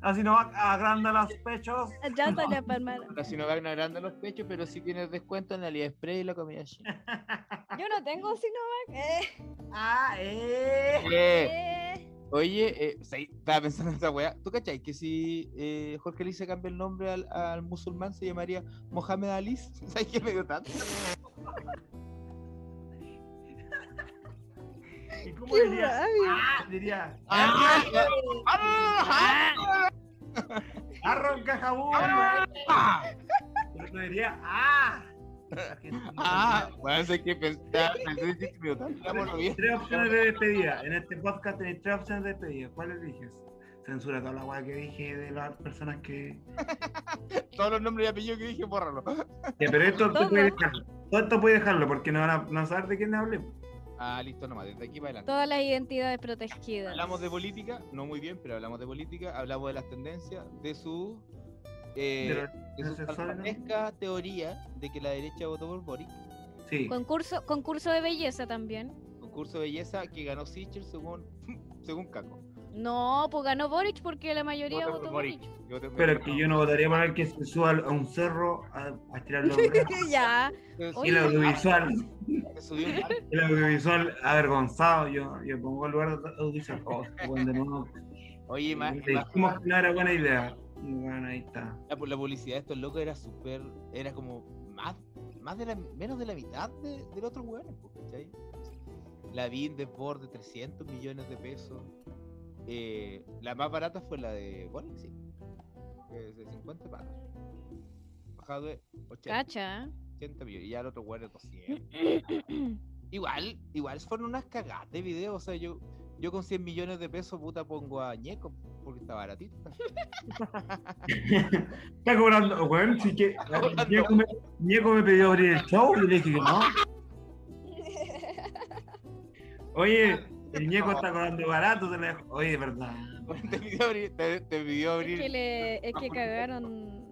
Speaker 2: la Sinovac agranda los pechos.
Speaker 3: Ya está la palma.
Speaker 1: La Sinovac no agranda los pechos, pero sí tienes descuento en la Aliexpress y la comida china.
Speaker 3: Yo no tengo Sinovac. Eh,
Speaker 2: Ah, eh.
Speaker 1: Eh,
Speaker 3: eh.
Speaker 1: oye, eh, sí, estaba pensando en esa weá. ¿Tú cachai que si eh, Jorge Lee se cambia el nombre al, al musulmán se llamaría Mohamed Ali? ¿Sabes qué me dio tanto?
Speaker 2: ¿Y cómo
Speaker 3: Qué
Speaker 2: diría?
Speaker 3: rabia.
Speaker 2: Ah, diría.
Speaker 1: Ah, ah,
Speaker 2: Arranca jabón.
Speaker 1: ah.
Speaker 2: Pero no diría. Ah. La gente-
Speaker 1: Ah, bueno, sé que pensar, pensé que me dio tanto, vámonos bien.
Speaker 2: Tres opciones de despedida. En este podcast tenéis tres opciones de despedida. ¿Cuál eliges? Censura toda la weá que dije de las personas que.
Speaker 1: Todos los nombres y apellidos que dije, bórralo.
Speaker 2: Ya, pero esto
Speaker 3: Todo.
Speaker 2: tú puedes dejarlo. Todo esto puedes dejarlo porque no van a no saber de quién hablé.
Speaker 1: Ah, listo nomás, desde aquí para adelante.
Speaker 3: Todas las identidades protegidas.
Speaker 1: Hablamos de política, no muy bien, pero hablamos de política, hablamos de las tendencias, de su eh, de
Speaker 2: no
Speaker 1: su
Speaker 2: se sabe, ¿no?
Speaker 1: fantástica teoría de que la derecha votó por Boric,
Speaker 2: Sí.
Speaker 3: Concurso, concurso de belleza también.
Speaker 1: concurso de belleza que ganó Sichel según según Caco.
Speaker 3: No, pues ganó Boric porque la mayoría
Speaker 1: Votó
Speaker 3: votó Boric.
Speaker 1: Yo te-
Speaker 2: Pero es que yo no votaría para el que se suba al- a un cerro a, a tirar los brazos.
Speaker 3: ya.
Speaker 1: Se-
Speaker 2: Y el audiovisual,
Speaker 1: se subió un barco.
Speaker 2: el audiovisual avergonzado, yo, yo pongo el lugar de audiovisual. Oh, este weón de nuevo.
Speaker 1: Oye, más,
Speaker 2: Le dijimos que no era buena idea. Y Bueno, ahí está.
Speaker 1: la, la publicidad de estos locos era súper, era como más, más de la, menos de la mitad de, del otro weón, ¿cachai? La BIN de Ford de 300 millones de pesos. Eh, la más barata fue la de Boric, sí. que es de 50 pagos. Bajado de 80,
Speaker 3: Cacha.
Speaker 1: 80 millones. Y ya el otro weón de 200. Igual, igual fueron unas cagadas de video. O sea, yo, yo con 100 millones de pesos, puta, pongo a Ñeco porque está baratito.
Speaker 2: Está cobrando, weón, sí que. Ñeco me, Ñeco me pidió abrir el show y le dije que no. Oye, el Ñeco está cobrando barato, se la dejo. Oye, verdad.
Speaker 1: te pidió abrir, te, te pidió
Speaker 3: Es
Speaker 1: abrir.
Speaker 3: que, le, es que cagaron.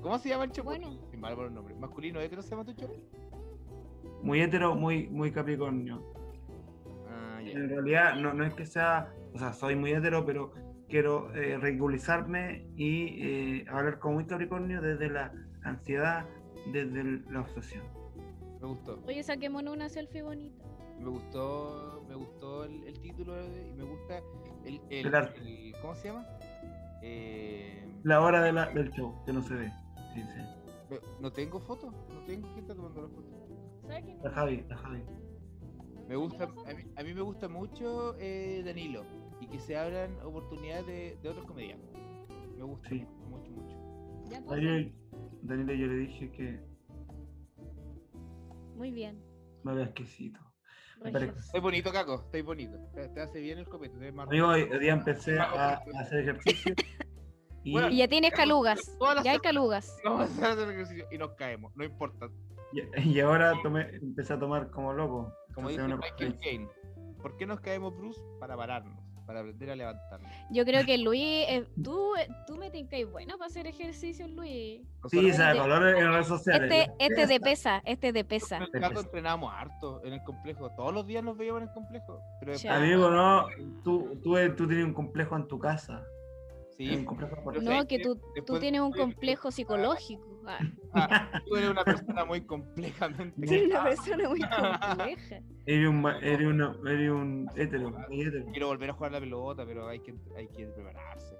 Speaker 1: ¿Cómo se llama el chupón?
Speaker 3: Bueno.
Speaker 1: Sin mal por el nombre. ¿Masculino hetero se llama tu chupón?
Speaker 2: Muy hetero, muy, muy capricornio.
Speaker 1: Ah, ya.
Speaker 2: En realidad, no, no es que sea, o sea, soy muy hetero, pero quiero eh, regularizarme y eh, hablar con muy Capricornio desde la ansiedad, desde el- la obsesión.
Speaker 1: Me gustó.
Speaker 3: Oye, saquémonos una selfie bonita.
Speaker 1: Me gustó, me gustó el, el título de- y me gusta el, el,
Speaker 2: El arte.
Speaker 1: el- ¿cómo se llama? Eh,
Speaker 2: La hora de la- del show, que no se ve. Sí, sí.
Speaker 1: pero no tengo foto, no tengo quién está tomando la foto.
Speaker 3: Sáquenme.
Speaker 2: La Javi, la Javi.
Speaker 1: Me gusta, a mí, a mí me gusta mucho eh, Danilo y que se abran oportunidades de, de otros comediantes. Me gusta
Speaker 2: Sí.
Speaker 1: mucho, mucho.
Speaker 3: Ya, pues.
Speaker 2: Daniel, Danilo, yo le dije que
Speaker 3: Muy bien.
Speaker 2: me había exquisito. Pero-
Speaker 1: Estoy bonito, Caco, estoy bonito. Te, te hace bien el copete, te ves más
Speaker 2: Amigo, hoy
Speaker 1: rico.
Speaker 2: hoy día empecé
Speaker 1: Vamos,
Speaker 2: a,
Speaker 1: Caco.
Speaker 2: a hacer ejercicio. Y
Speaker 1: Bueno,
Speaker 3: Y ya tienes calugas.
Speaker 1: Todas las
Speaker 3: Ya hay
Speaker 1: semanas.
Speaker 3: calugas.
Speaker 1: Vamos a hacer el ejercicio y nos caemos, no importa.
Speaker 2: y- y ahora tomé, empecé a tomar como loco.
Speaker 1: Como dice
Speaker 2: Entonces, una-
Speaker 1: Michael Caine, ¿por qué nos caemos, Bruce? Para pararnos, para aprender a levantarnos.
Speaker 3: Yo creo que Luis, eh, tú, tú me tincáis bueno para hacer ejercicio, Luis.
Speaker 2: Sí,
Speaker 1: Nosotros-
Speaker 2: sabe color en redes sociales.
Speaker 3: Este, este de pesa, este de pesa.
Speaker 1: Con el Caco entrenábamos harto en el complejo. Todos los días nos veíamos en el complejo. Pero después-
Speaker 3: Ya.
Speaker 2: Amigo, no, tú, tú, tú tienes un complejo en tu casa. Tienes
Speaker 1: Sí,
Speaker 2: un complejo por
Speaker 1: Yo sé
Speaker 3: No, que
Speaker 1: que
Speaker 3: tú, tú
Speaker 1: después-
Speaker 3: tienes un complejo psicológico. Ah,
Speaker 1: ah, tú eres una persona muy complejamente.
Speaker 3: eres una
Speaker 1: Ah,
Speaker 3: persona muy compleja.
Speaker 2: Eres un, ma- eres una- eres un hétero, muy hétero.
Speaker 1: Quiero volver a jugar la pelota, pero hay que, hay que prepararse.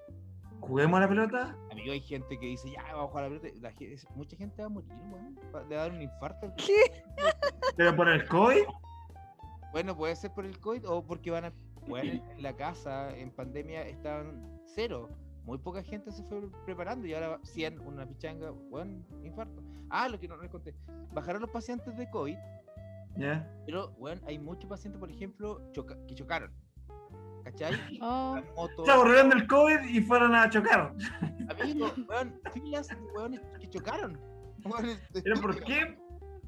Speaker 2: ¿Juguemos a la pelota?
Speaker 1: Amigo, hay gente que dice, ya, vamos a jugar a la pelota. La gen- es- mucha gente va a morir, weón. Va- Le va a dar un infarto.
Speaker 2: ¿Pero por el COVID?
Speaker 1: Bueno, puede ser por el COVID o porque van a jugar en en la casa. En pandemia estaban cero. Muy poca gente se fue preparando y ahora 100, una pichanga, weón, infarto. Ah, lo que no les conté. Bajaron los pacientes de COVID,
Speaker 2: ¿Ya?
Speaker 1: pero, weón, hay muchos pacientes, por ejemplo, choca- que chocaron. ¿Cachai?
Speaker 3: Oh,
Speaker 1: La moto.
Speaker 2: Se aburrieron del COVID y fueron a chocar.
Speaker 1: Amigo, weón, filas de weones que chocaron. Weón,
Speaker 2: ¿Pero por qué?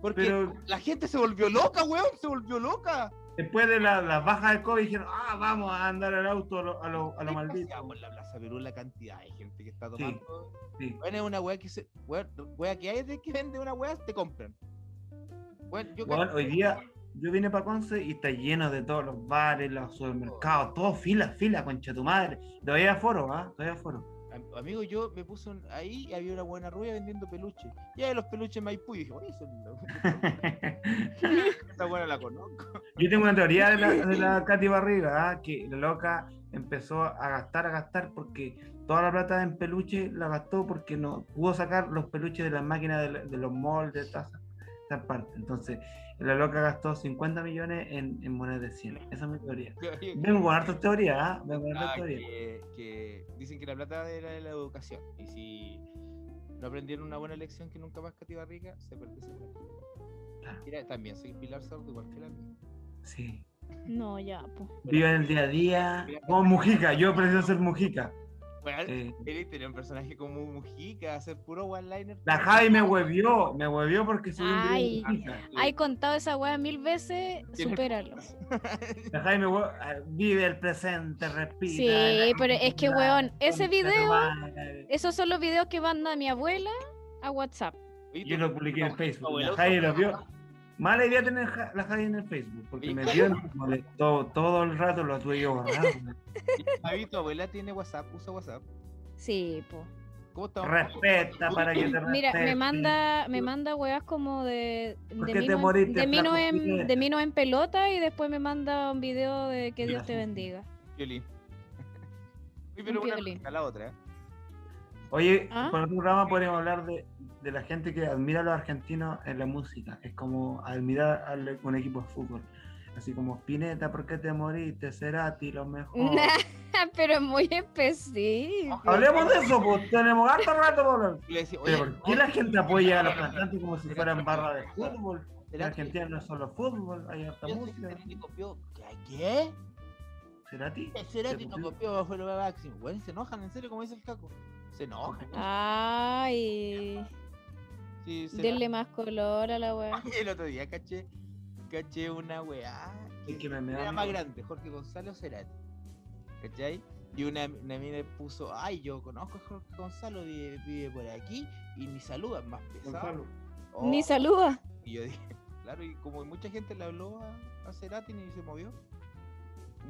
Speaker 1: Porque
Speaker 2: Pero-
Speaker 1: la gente se volvió loca, weón, se volvió loca.
Speaker 2: Después de la- las bajas del COVID dijeron, ah, vamos a andar el auto a lo, a lo, a lo
Speaker 1: ¿Qué
Speaker 2: maldito.
Speaker 1: paseamos en la Plaza Perú la cantidad de gente que está
Speaker 2: Sí,
Speaker 1: tomando?
Speaker 2: sí.
Speaker 1: Bueno, es una weá que se. Weón, weá que hay de que vende una weá, te compran. Weón, yo
Speaker 2: Bueno,
Speaker 1: cacho-
Speaker 2: hoy día yo vine para Conce y está lleno de todos los bares, los supermercados, todo fila, fila, concha tu madre. Todavía foro, ¿ah? Todavía foro.
Speaker 1: am- Amigo, yo me puse un- ahí y había una buena rubia vendiendo peluches. Y ahí los peluches Maipú. Y dije, oye, son esa buena la conozco.
Speaker 2: Yo tengo una teoría de la, de la Katy Barriga, ¿ah? que la loca empezó a gastar, a gastar, porque toda la plata en peluche la gastó porque no pudo sacar los peluches de las máquinas de, la- de los malls, de estas esta partes. Entonces, la loca gastó 50 millones en, en monedas de 100. Esa es mi teoría. Vengo con hartas teorías, ¿ah? Vengo con hartas
Speaker 1: Ah,
Speaker 2: teorías.
Speaker 1: que, que dicen que la plata era de la educación. Y si no aprendieron una buena lección que nunca más cativa rica, se perdió ese plata.
Speaker 2: Claro.
Speaker 1: Mira, también soy Pilar Sordo, igual que la mía.
Speaker 2: Sí.
Speaker 3: no, ya, po.
Speaker 2: Viva el día a día. Como Mujica, yo prefiero ser Mujica.
Speaker 1: Bueno,
Speaker 2: Eh,
Speaker 1: Eric tenía este, un personaje como Mujica, hacer puro one-liner.
Speaker 2: la Javi me huevió, me huevió porque soy un
Speaker 3: Ay.
Speaker 2: video de Mujica.
Speaker 3: Hay contado esa weá mil veces,
Speaker 1: Tiene-
Speaker 3: supéralo.
Speaker 2: La Jaime Hue- ah, vive el presente, respira.
Speaker 3: Sí,
Speaker 2: la
Speaker 3: pero es que,
Speaker 2: vida,
Speaker 3: weón,
Speaker 2: concha
Speaker 3: ese
Speaker 2: tu
Speaker 3: video-
Speaker 2: madre.
Speaker 3: Esos son los videos que manda mi abuela a WhatsApp.
Speaker 1: Oye,
Speaker 2: Yo
Speaker 1: tu-
Speaker 2: lo publiqué en
Speaker 1: tu
Speaker 2: Facebook.
Speaker 1: abuelo-
Speaker 2: La Jaime lo vio. Mala idea tener ja- la Jaime en el Facebook, porque me vio me molestó todo el rato, lo tuve yo borrado.
Speaker 1: Javi, tu abuela tiene WhatsApp, usa WhatsApp.
Speaker 3: Sí, po.
Speaker 1: ¿Cómo estamos?
Speaker 2: Respeta para que te
Speaker 3: Mira, me
Speaker 2: respete.
Speaker 3: manda, me manda weas como de.
Speaker 2: ¿Por
Speaker 3: De
Speaker 2: qué
Speaker 3: mí,
Speaker 2: te
Speaker 3: no en,
Speaker 2: moriste,
Speaker 3: de mí no
Speaker 2: flaco
Speaker 3: en, de
Speaker 2: filete?
Speaker 3: mí no en pelota y después me manda un video de que Dios
Speaker 2: Ya.
Speaker 3: te bendiga.
Speaker 1: Violín. Oye, pero
Speaker 3: Un
Speaker 1: una
Speaker 3: violín.
Speaker 1: cosa a la otra. ¿eh?
Speaker 2: Oye,
Speaker 3: ¿Ah?
Speaker 2: por otro programa podríamos hablar de, de la gente que admira a los argentinos en la música. Es como admirar a lo- un equipo de fútbol. Así como Spinetta, ¿por qué te moriste? Cerati, lo mejor.
Speaker 3: Pero es muy específico.
Speaker 2: Hablemos de eso, pues tenemos harto rato para hablar.
Speaker 1: Y le decía,
Speaker 2: Pero
Speaker 1: oye,
Speaker 2: ¿por qué la gente apoya a los cantantes como si fueran barra de fútbol? En
Speaker 1: ¿será
Speaker 2: Argentina no es solo fútbol, hay harta
Speaker 1: que
Speaker 2: música.
Speaker 1: Cerati le copió? ¿Qué?
Speaker 2: ¿Cerati?
Speaker 1: ¿Qué? Cerati
Speaker 2: ¿Te
Speaker 1: no
Speaker 2: copió?
Speaker 1: copió fue lo máximo. Bueno, se enojan, en serio, como dice el caco. Se enojan.
Speaker 3: Ay.
Speaker 1: Sí, se
Speaker 3: Denle más color a la wea.
Speaker 1: enojan. El otro día caché, caché una weá.
Speaker 2: Es que me- me da
Speaker 1: era más
Speaker 2: miedo.
Speaker 1: grande, Jorge Gonzalo Cerati. ¿Cachai? Y una, una mina puso, ay, yo conozco a Jorge Gonzalo, vive, vive por aquí, y ni saluda, más pesado.
Speaker 2: Gonzalo.
Speaker 1: Oh,
Speaker 3: Ni saluda.
Speaker 1: Y yo dije, claro, y como mucha gente le habló a, a Cerati y se movió.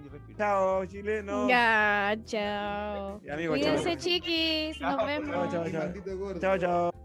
Speaker 1: Ni respiró.
Speaker 4: Chao, chileno.
Speaker 3: Ya, chao.
Speaker 4: Amigo,
Speaker 3: Cuídense,
Speaker 4: chao.
Speaker 3: chiquis. Nos
Speaker 1: Chao,
Speaker 3: vemos.
Speaker 4: chao, chao.
Speaker 1: Maldito gordo.
Speaker 4: Chao, chao.